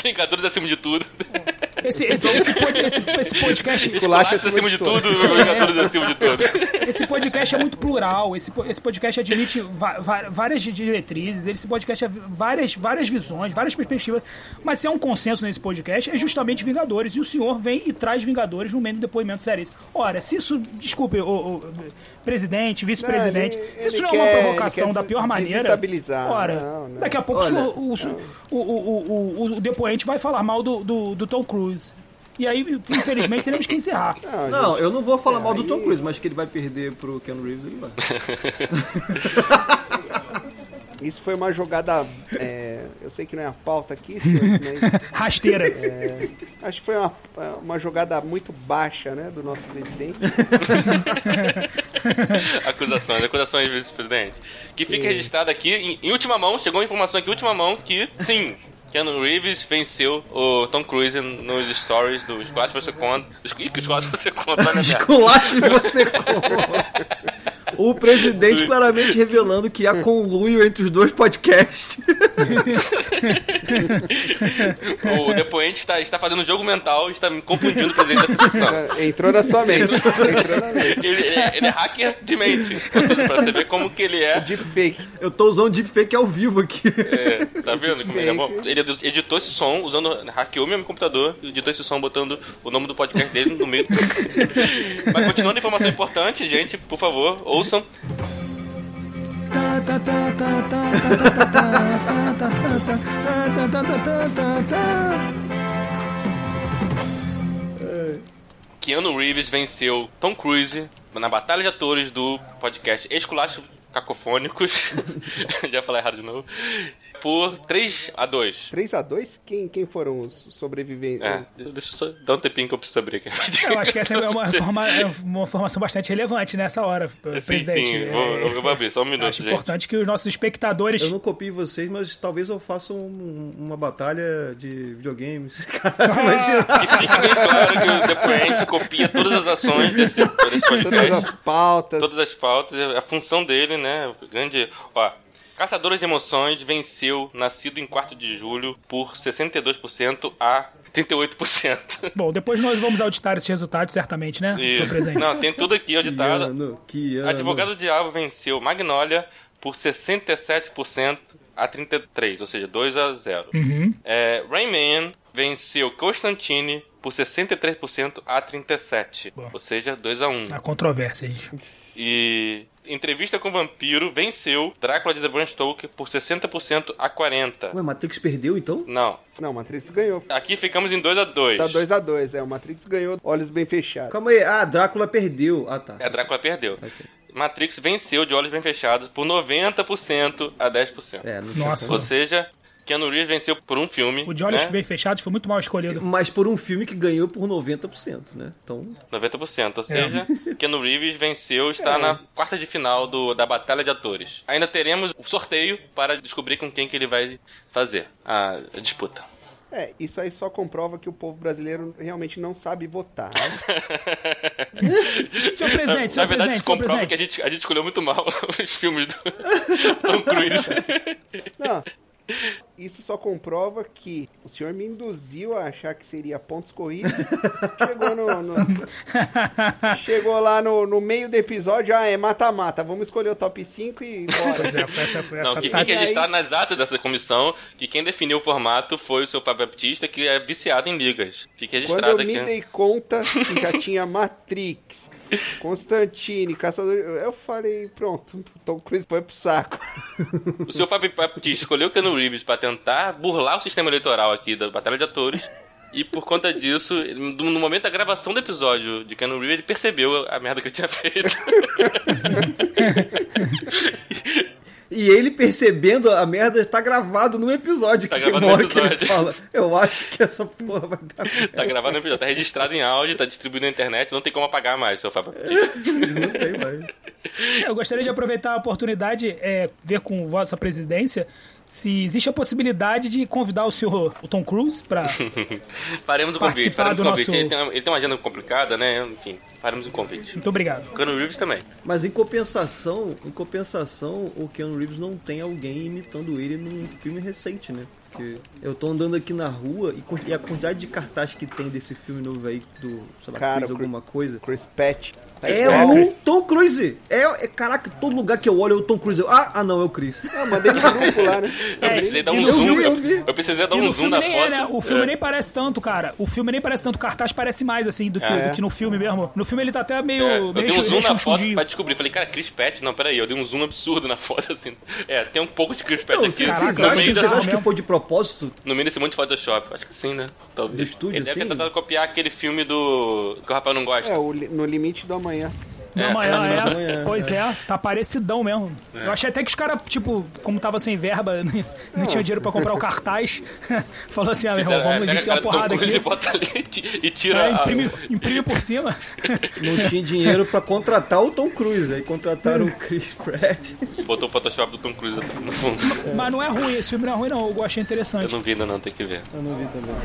Speaker 1: Vingadores acima de tudo.
Speaker 4: Esse, esse, esse, pod- esse, esse podcast
Speaker 2: Esculacha
Speaker 1: Esculacha acima de tudo,
Speaker 2: tudo.
Speaker 1: Vingadores acima de tudo.
Speaker 4: Esse podcast é muito plural, esse, po- esse podcast admite va- va- várias di- diretrizes, esse podcast é vi- várias, várias visões, várias perspectivas, mas se há um consenso nesse podcast é justamente Vingadores, e o senhor vem e traz Vingadores no meio do depoimento seríssimo. Ora, se isso, desculpe, o, presidente, vice-presidente,
Speaker 2: Não, ele-
Speaker 4: se isso
Speaker 2: ele
Speaker 4: não é
Speaker 2: quer-
Speaker 4: uma
Speaker 2: ele
Speaker 4: provocação
Speaker 2: quer
Speaker 4: da pior maneira,
Speaker 2: desestabilizar.
Speaker 4: ora,
Speaker 2: Não, não.
Speaker 4: daqui a pouco o,
Speaker 3: Olha,
Speaker 4: senhor- o, senhor- o, o- o- o- o depoente vai falar mal do, do, do Tom Cruise. E aí, infelizmente, teremos que encerrar.
Speaker 2: Não, É
Speaker 3: Não, eu não vou falar mal do
Speaker 2: aí-
Speaker 3: Tom Cruise, mas que ele vai perder pro Ken Reeves, ele vai.
Speaker 2: gente, isso foi uma jogada. é, eu sei que não é a pauta aqui, senhores, mas
Speaker 4: Rasteira.
Speaker 2: acho que foi uma, uma jogada muito baixa, né, do nosso presidente.
Speaker 1: Acusações, acusações, vice-presidente. Que fica registrado aqui, em, em última mão, chegou a informação aqui, em última mão, que sim. Keanu Reeves venceu o Tom Cruise nos stories do Squad Você Conta. Ih, que Squad Você Conta, né, cara?
Speaker 3: Esculacho você come. O presidente claramente revelando que há conluio entre os dois podcasts.
Speaker 1: O depoente está, está fazendo jogo mental, está me confundindo o presidente da sessão.
Speaker 2: É, Entrou na sua mente. Entrou na mente.
Speaker 1: Ele, ele é- ele é hacker de mente. Ou seja, pra você ver como que ele é.
Speaker 2: Deepfake.
Speaker 3: Eu tô usando deepfake ao vivo aqui.
Speaker 1: É, tá vendo como ele é bom? Ele editou esse som usando. hackeou meu computador, editou esse som botando o nome do podcast dele no meio. Mas continuando a informação importante, gente, por favor, ouçam. Keanu Reeves venceu Tom Cruise na batalha de atores do podcast Esculacho Cacofônicos. Já falei errado de novo. Por 3 a 2.
Speaker 2: 3x2? Quem, quem foram os sobreviventes?
Speaker 1: É, deixa eu só dar um tempinho que eu preciso abrir aqui.
Speaker 4: Eu acho que essa é uma, informa- é uma informação bastante relevante nessa hora,
Speaker 1: Sim,
Speaker 4: presidente.
Speaker 1: sim,
Speaker 4: É,
Speaker 1: vou, eu vou abrir, só um minuto,
Speaker 4: acho
Speaker 1: gente.
Speaker 4: importante que os nossos espectadores.
Speaker 3: Eu não copio vocês, mas talvez eu faça um- uma batalha de videogames.
Speaker 4: Ah,
Speaker 1: E fica bem claro que o depoente copia todas as ações desse, desse
Speaker 2: Todas
Speaker 1: podcast,
Speaker 2: as pautas.
Speaker 1: todas as pautas, a função dele, né? o Grande. Ó. Caçadores de Emoções venceu Nascido em 4 de Julho por 62% a 38%.
Speaker 4: Bom, depois nós vamos auditar esses resultados, certamente, né, senhor
Speaker 1: Isso.
Speaker 4: presidente?
Speaker 1: Não, tem tudo aqui auditado.
Speaker 3: Keanu, Keanu.
Speaker 1: Advogado do Diabo venceu Magnolia por 67% a 33%, ou seja, 2 a 0.
Speaker 4: Uhum.
Speaker 1: É, Rayman venceu Constantine por 63% a 37%,
Speaker 4: Bom.
Speaker 1: ou seja, 2 a 1.
Speaker 4: Há controvérsias.
Speaker 1: E Entrevista com o Vampiro venceu Drácula de The Bram Stoker por 60% a 40%.
Speaker 3: Ué, Matrix perdeu então?
Speaker 1: Não,
Speaker 2: Não, Matrix ganhou.
Speaker 1: aqui ficamos em 2 a 2.
Speaker 2: Tá 2x2, é. O Matrix ganhou, olhos bem fechados.
Speaker 3: Calma aí. Ah, Drácula perdeu. Ah, tá.
Speaker 1: É, Drácula perdeu. Matrix venceu de olhos bem fechados por 90% a 10%.
Speaker 3: É, não
Speaker 4: Nossa.
Speaker 1: Ou seja, Keanu Reeves venceu por um filme.
Speaker 4: tá O de olhos
Speaker 1: né?
Speaker 4: bem fechados foi muito mal escolhido.
Speaker 3: Mas por um filme que ganhou por 90%, né? Então,
Speaker 1: 90%.
Speaker 4: É.
Speaker 1: Ou seja, Keanu Reeves venceu, está na quarta de final do, da Batalha de Atores. Ainda teremos o sorteio para descobrir com quem que ele vai fazer a disputa.
Speaker 2: É, isso aí só comprova que o povo brasileiro realmente não sabe votar. né?
Speaker 4: Senhor presidente,
Speaker 1: na verdade,
Speaker 4: senhor
Speaker 1: isso
Speaker 4: presidente, senhor
Speaker 1: comprova que a
Speaker 4: presidente.
Speaker 1: gente, a gente escolheu muito mal os filmes do Tom Cruise.
Speaker 2: Não, Isso só comprova que o senhor me induziu a achar que seria pontos corridos. Chegou, no, no- chegou lá no, no meio do episódio, ah, é mata-mata, vamos escolher o top 5 e
Speaker 4: Pois
Speaker 2: bora.
Speaker 4: é, foi essa, foi essa
Speaker 1: Não, que tem que
Speaker 4: tática.
Speaker 1: registrar nas atas dessa comissão que quem definiu o formato foi o seu Fábio Baptista, que é viciado em ligas. Fique
Speaker 2: Quando
Speaker 1: registrado
Speaker 2: eu me
Speaker 1: aqui. né?
Speaker 2: dei conta que já tinha Matrix, Constantine, Caçador... Eu falei, pronto, Tom Cruise foi pro saco.
Speaker 1: O seu Fábio Baptista escolheu o Keanu Reeves pra tentar burlar o sistema eleitoral aqui da Batalha de Atores. E por conta disso, no no momento da gravação do episódio de Keanu Reeves, ele percebeu a merda que ele tinha feito.
Speaker 3: E ele percebendo a merda tá gravado no episódio
Speaker 1: Tá
Speaker 3: que tem
Speaker 1: gravado
Speaker 3: uma
Speaker 1: no
Speaker 3: hora que ele
Speaker 1: episódio.
Speaker 3: fala. Eu acho que essa porra vai dar. merda."
Speaker 1: Tá gravado no episódio, tá registrado em áudio, tá distribuído na internet, não tem como apagar mais, seu Fábio Baptista.
Speaker 3: Não tem mais.
Speaker 4: Eu gostaria de aproveitar a oportunidade, é, ver com vossa presidência, se existe a possibilidade de convidar o senhor o Tom Cruise para
Speaker 1: Faremos o convite,
Speaker 4: Participar
Speaker 1: faremos o
Speaker 4: do
Speaker 1: convite.
Speaker 4: nosso-
Speaker 1: Ele, tem uma, ele tem uma agenda complicada, né? Enfim, faremos o convite.
Speaker 4: Muito obrigado.
Speaker 1: Keanu Reeves também.
Speaker 3: Mas em compensação, em compensação, o Keanu Reeves não tem alguém imitando ele num filme recente, né? Porque eu tô andando aqui na rua e, quan- e a quantidade de cartaz que tem desse filme novo aí, do, sei lá,
Speaker 2: Cara,
Speaker 3: Chris
Speaker 2: o Chris-
Speaker 3: alguma coisa.
Speaker 2: Chris Patch. Tá
Speaker 3: É
Speaker 2: igual.
Speaker 4: um
Speaker 3: o Tom Cruise! É, é- caraca, todo lugar que eu olho é o Tom Cruise. Eu- ah, ah, não, é o Chris.
Speaker 2: Ah, mandei no grupo lá, né?
Speaker 1: Eu
Speaker 4: É,
Speaker 1: precisei dar um
Speaker 3: eu vi,
Speaker 1: zoom.
Speaker 3: eu vi.
Speaker 1: eu precisei dar
Speaker 4: E
Speaker 1: um
Speaker 4: no
Speaker 1: zoom
Speaker 4: filme
Speaker 1: na
Speaker 4: nem
Speaker 1: foto.
Speaker 4: é, né? O filme
Speaker 1: É.
Speaker 4: nem parece tanto, cara. O filme nem parece tanto. O cartaz parece mais, assim, do que,
Speaker 2: É.
Speaker 4: do que no filme mesmo. No filme ele tá até meio...
Speaker 1: Ah, É, eu
Speaker 4: meio
Speaker 1: dei um zoom na foto
Speaker 4: rechonchudinho.
Speaker 1: pra descobrir. Falei, cara, Chris Pett? Não, peraí, eu dei um zoom absurdo na foto, assim. É, tem um pouco de Chris Pett
Speaker 3: Então,
Speaker 1: aqui.
Speaker 3: vocês
Speaker 4: caraca,
Speaker 1: no,
Speaker 3: acham,
Speaker 1: meio
Speaker 4: mas
Speaker 3: vocês
Speaker 1: desse,
Speaker 4: isso-
Speaker 3: acham que foi de propóito?
Speaker 1: no meio desse monte de Photoshop. Acho que sim, né? Talvez.
Speaker 3: Do estúdio,
Speaker 1: Ele deve ter
Speaker 3: assim?
Speaker 1: tentado copiar aquele filme do... que o rapaz não gosta.
Speaker 2: É, o li- no limite do amanhã.
Speaker 4: Na
Speaker 1: É,
Speaker 4: manhã,
Speaker 3: na
Speaker 4: é.
Speaker 3: manhã,
Speaker 4: Pois é. tá parecidão mesmo. Eu achei até que os caras, tipo, como tava sem verba, não, não tinha dinheiro pra comprar o cartaz, falou assim, ah, meu irmão,
Speaker 1: Fizeram- é,
Speaker 4: vamos, a
Speaker 1: pega
Speaker 4: gente tem
Speaker 1: cara
Speaker 4: uma
Speaker 1: do Tom
Speaker 4: porrada
Speaker 1: Cruise E,
Speaker 4: aqui.
Speaker 1: bota ali e- e tira...
Speaker 4: É,
Speaker 1: a-
Speaker 4: imprime, imprime por cima.
Speaker 3: Não tinha dinheiro pra contratar o Tom Cruise, aí contrataram o Chris Pratt.
Speaker 1: Botou o Photoshop do Tom Cruise no fundo.
Speaker 4: Mas não é ruim, esse filme não é ruim não, eu achei
Speaker 1: Eu
Speaker 4: interessante.
Speaker 1: não vi ainda não, tem que ver.
Speaker 3: Eu não vi também.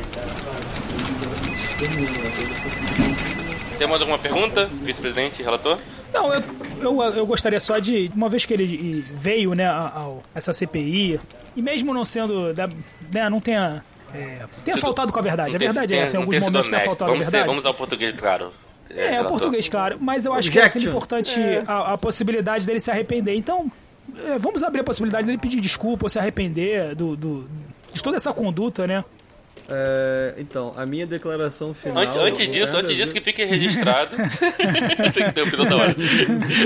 Speaker 1: Tem mais alguma pergunta, vice-presidente, relator?
Speaker 4: Não, eu, eu, eu gostaria só de. Uma vez que ele e- veio, né, a, ao- essa CPI, e mesmo não sendo. da- né, não tenha. É, tenha faltado com a verdade. A
Speaker 1: Não tem-
Speaker 4: verdade é
Speaker 1: tem-
Speaker 4: essa, em
Speaker 1: não
Speaker 4: alguns
Speaker 1: tem sido
Speaker 4: momentos tenha
Speaker 1: honesto.
Speaker 4: faltado a
Speaker 1: Vamos ser-
Speaker 4: verdade.
Speaker 1: Vamos usar o português, claro.
Speaker 4: é,
Speaker 1: relator.
Speaker 4: o português, claro. Mas eu acho que é sempre
Speaker 3: Objection.
Speaker 4: importante a, a possibilidade dele se arrepender. Então, é, vamos abrir a possibilidade dele pedir desculpa ou se arrepender do, do- de toda essa conduta, né?
Speaker 3: É, então, a minha declaração final.
Speaker 1: Antes, antes
Speaker 3: eu-
Speaker 1: disso,
Speaker 3: eu-
Speaker 1: antes disso que fique registrado. Tem que ter um final da hora.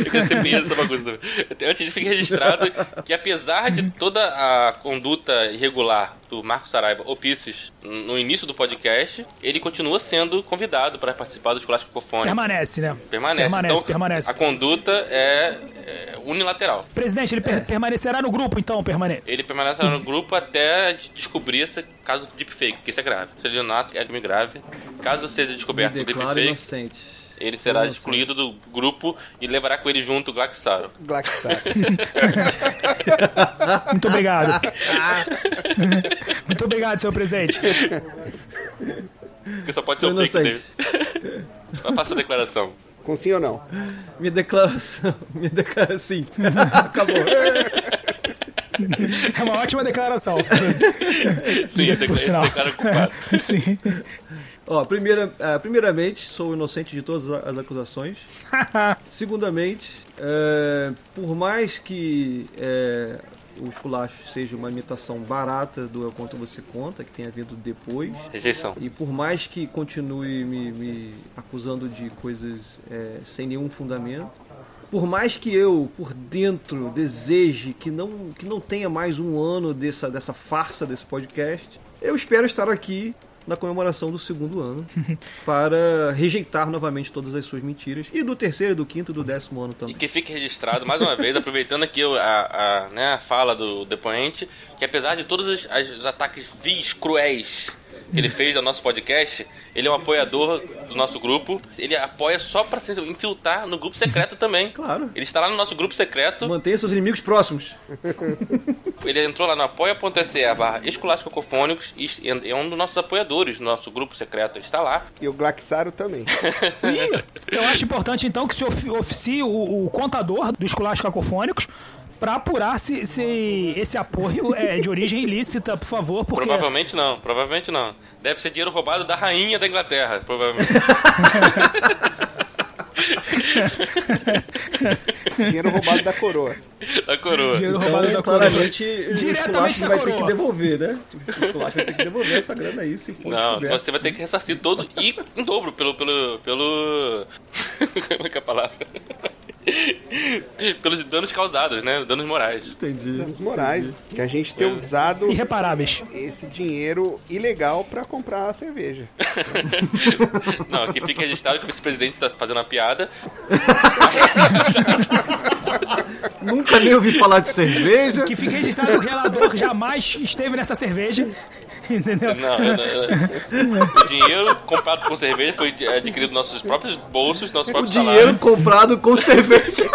Speaker 1: Eu quero ser preso, essa bagunça também. Antes disso, fique registrado que apesar de toda a conduta irregular do Marcos Saraiva ou Pisces no início do podcast, ele continua sendo convidado para participar do Escolástico Cofônico.
Speaker 4: Permanece, né?
Speaker 1: Permanece.
Speaker 4: Permanece,
Speaker 1: então,
Speaker 4: permanece.
Speaker 1: A conduta é, é unilateral.
Speaker 4: Presidente, ele per- permanecerá no grupo, então, permanece.
Speaker 1: Ele permanece lá no grupo até de- descobrir esse caso de deepfake, que isso é grave. Estelionato é crime grave. Caso seja
Speaker 3: Me
Speaker 1: descoberto o
Speaker 3: declaro
Speaker 1: deepfake,
Speaker 3: inocente. assim?
Speaker 1: ele será
Speaker 3: Nossa.
Speaker 1: excluído do grupo e levará com ele junto o Glaxaro.
Speaker 2: Glaxar.
Speaker 4: Muito obrigado. Muito obrigado, senhor presidente.
Speaker 1: Que só pode ser
Speaker 3: Sou
Speaker 1: o fake dele.
Speaker 3: inocente.
Speaker 1: Faça a declaração.
Speaker 2: Com sim ou não?
Speaker 3: Minha declaração. Minha declaração. Sim. Acabou.
Speaker 4: É uma ótima declaração.
Speaker 1: Sim,
Speaker 4: Diga-se por
Speaker 1: esse
Speaker 4: sinal.
Speaker 1: declara culpado.
Speaker 4: Sim.
Speaker 3: Ó, primeira, ah, primeiramente, sou inocente de todas a- as acusações. Segundamente, é, por mais que é, o esculacho seja uma imitação barata do Eu Conto Você Conta, que tenha vindo depois,
Speaker 1: Rejeição.
Speaker 3: E por mais que continue me, me acusando de coisas é, sem nenhum fundamento, por mais que eu, por dentro, deseje que não, que não tenha mais um ano dessa, dessa farsa desse podcast, eu espero estar aqui na comemoração do segundo ano para rejeitar novamente todas as suas mentiras e do terceiro, do quinto e do décimo ano
Speaker 1: E
Speaker 3: também.
Speaker 1: que fique registrado, mais uma vez, aproveitando aqui o- a, a, né, a fala do depoente, que apesar de todos os, as- os ataques vis, cruéis que ele fez ao nosso podcast, ele é um apoiador do nosso grupo. Ele apoia só pra se infiltrar no grupo secreto também.
Speaker 3: Claro.
Speaker 1: Ele está lá no nosso grupo
Speaker 4: Então-
Speaker 1: secreto.
Speaker 3: Mantenha seus inimigos próximos.
Speaker 1: Ele entrou lá no apoia.se barra Esculacho Cacofônicos e é um dos nossos apoiadores do nosso grupo secreto. Ele está lá.
Speaker 2: E o Glaxaro também.
Speaker 4: Eu acho importante, então, que se ofi- oficie o, o contador dos escolásticos cacofônicos pra apurar se, se esse apoio é de origem ilícita, por favor, porque...
Speaker 1: Provavelmente não, provavelmente não. Deve ser dinheiro roubado da rainha da Inglaterra, provavelmente.
Speaker 2: Dinheiro roubado da coroa.
Speaker 1: da coroa.
Speaker 4: Dinheiro roubado é
Speaker 3: Então,
Speaker 4: da coroa.
Speaker 3: claramente, o
Speaker 4: Diretamente
Speaker 3: Esculacho
Speaker 4: da
Speaker 3: vai ter
Speaker 4: coroa.
Speaker 3: que devolver, né? O Esculacho vai ter que devolver essa grana aí, se for
Speaker 1: Não,
Speaker 3: descoberto.
Speaker 1: você vai ter que ressarcir todo e em dobro pelo. pelo. pelo. Como é que é a palavra? Pelos danos causados, né? Danos morais.
Speaker 3: Entendi.
Speaker 2: Danos morais. Que a gente
Speaker 1: É.
Speaker 2: ter usado
Speaker 4: Irreparáveis.
Speaker 2: esse dinheiro ilegal pra comprar a cerveja.
Speaker 1: Não, aqui fica registrado que o vice-presidente está fazendo uma piada.
Speaker 3: Nunca nem ouvi falar de cerveja.
Speaker 4: Que fique registrado que o relador jamais esteve nessa cerveja. Entendeu?
Speaker 1: Não, eu- eu- o dinheiro comprado com cerveja foi adquirido dos nossos próprios bolsos, nosso
Speaker 3: O
Speaker 1: próprio
Speaker 3: dinheiro comprado com cerveja.
Speaker 1: salário.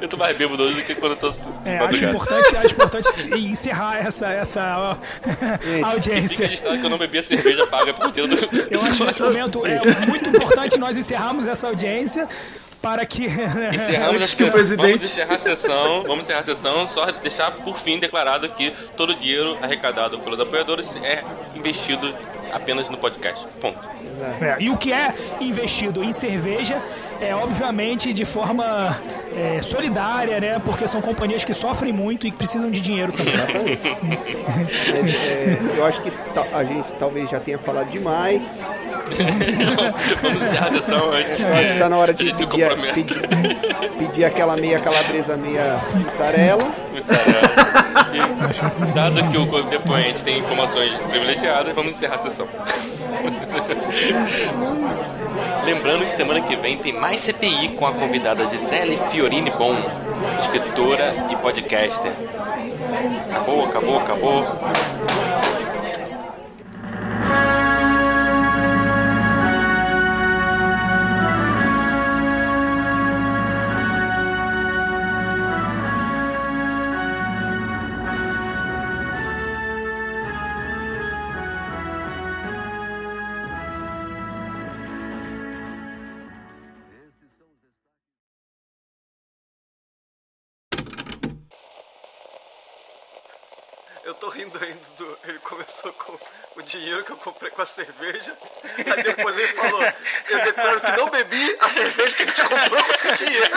Speaker 1: Eu tô mais bêbado hoje do que quando eu tô.
Speaker 4: É, acho
Speaker 1: madrugada.
Speaker 4: importante, acho importante se- encerrar essa, essa ó,
Speaker 1: Fica
Speaker 3: é-
Speaker 4: audiência.
Speaker 1: registrado que eu não bebi a cerveja paga por inteiro do.
Speaker 4: Eu acho que nesse momento é muito importante nós encerrarmos essa audiência para que.
Speaker 1: Encerramos
Speaker 3: Antes
Speaker 1: a
Speaker 3: que o
Speaker 1: sessão.
Speaker 3: presidente-
Speaker 1: Vamos encerrar a sessão, vamos encerrar a sessão, só deixar por fim declarado que todo o dinheiro arrecadado pelos apoiadores é investido apenas no podcast. Ponto.
Speaker 4: É, e o que é investido em cerveja é obviamente de forma é, solidária, né? Porque são companhias que sofrem muito e que precisam de dinheiro também.
Speaker 2: É, é, eu acho que ta- a gente talvez já tenha falado demais.
Speaker 1: Vamos encerrar a sessão antes.
Speaker 2: Eu acho que tá na hora
Speaker 1: É, A
Speaker 2: de
Speaker 1: gente se
Speaker 2: pedir, a-
Speaker 1: compromete.
Speaker 2: pedir, pedir aquela meia calabresa, meia mussarela.
Speaker 1: Caralho. Dado que o depoente tem informações privilegiadas, vamos encerrar a sessão. Lembrando que semana que vem tem mais CPI com a convidada Gisele Fiorini Bom, escritora e podcaster. Acabou, acabou, acabou.
Speaker 3: Eu tô rindo ainda do. Ele começou com o dinheiro que eu comprei com a cerveja. Aí depois ele falou: Eu declaro que não bebi a cerveja que a gente comprou com esse dinheiro.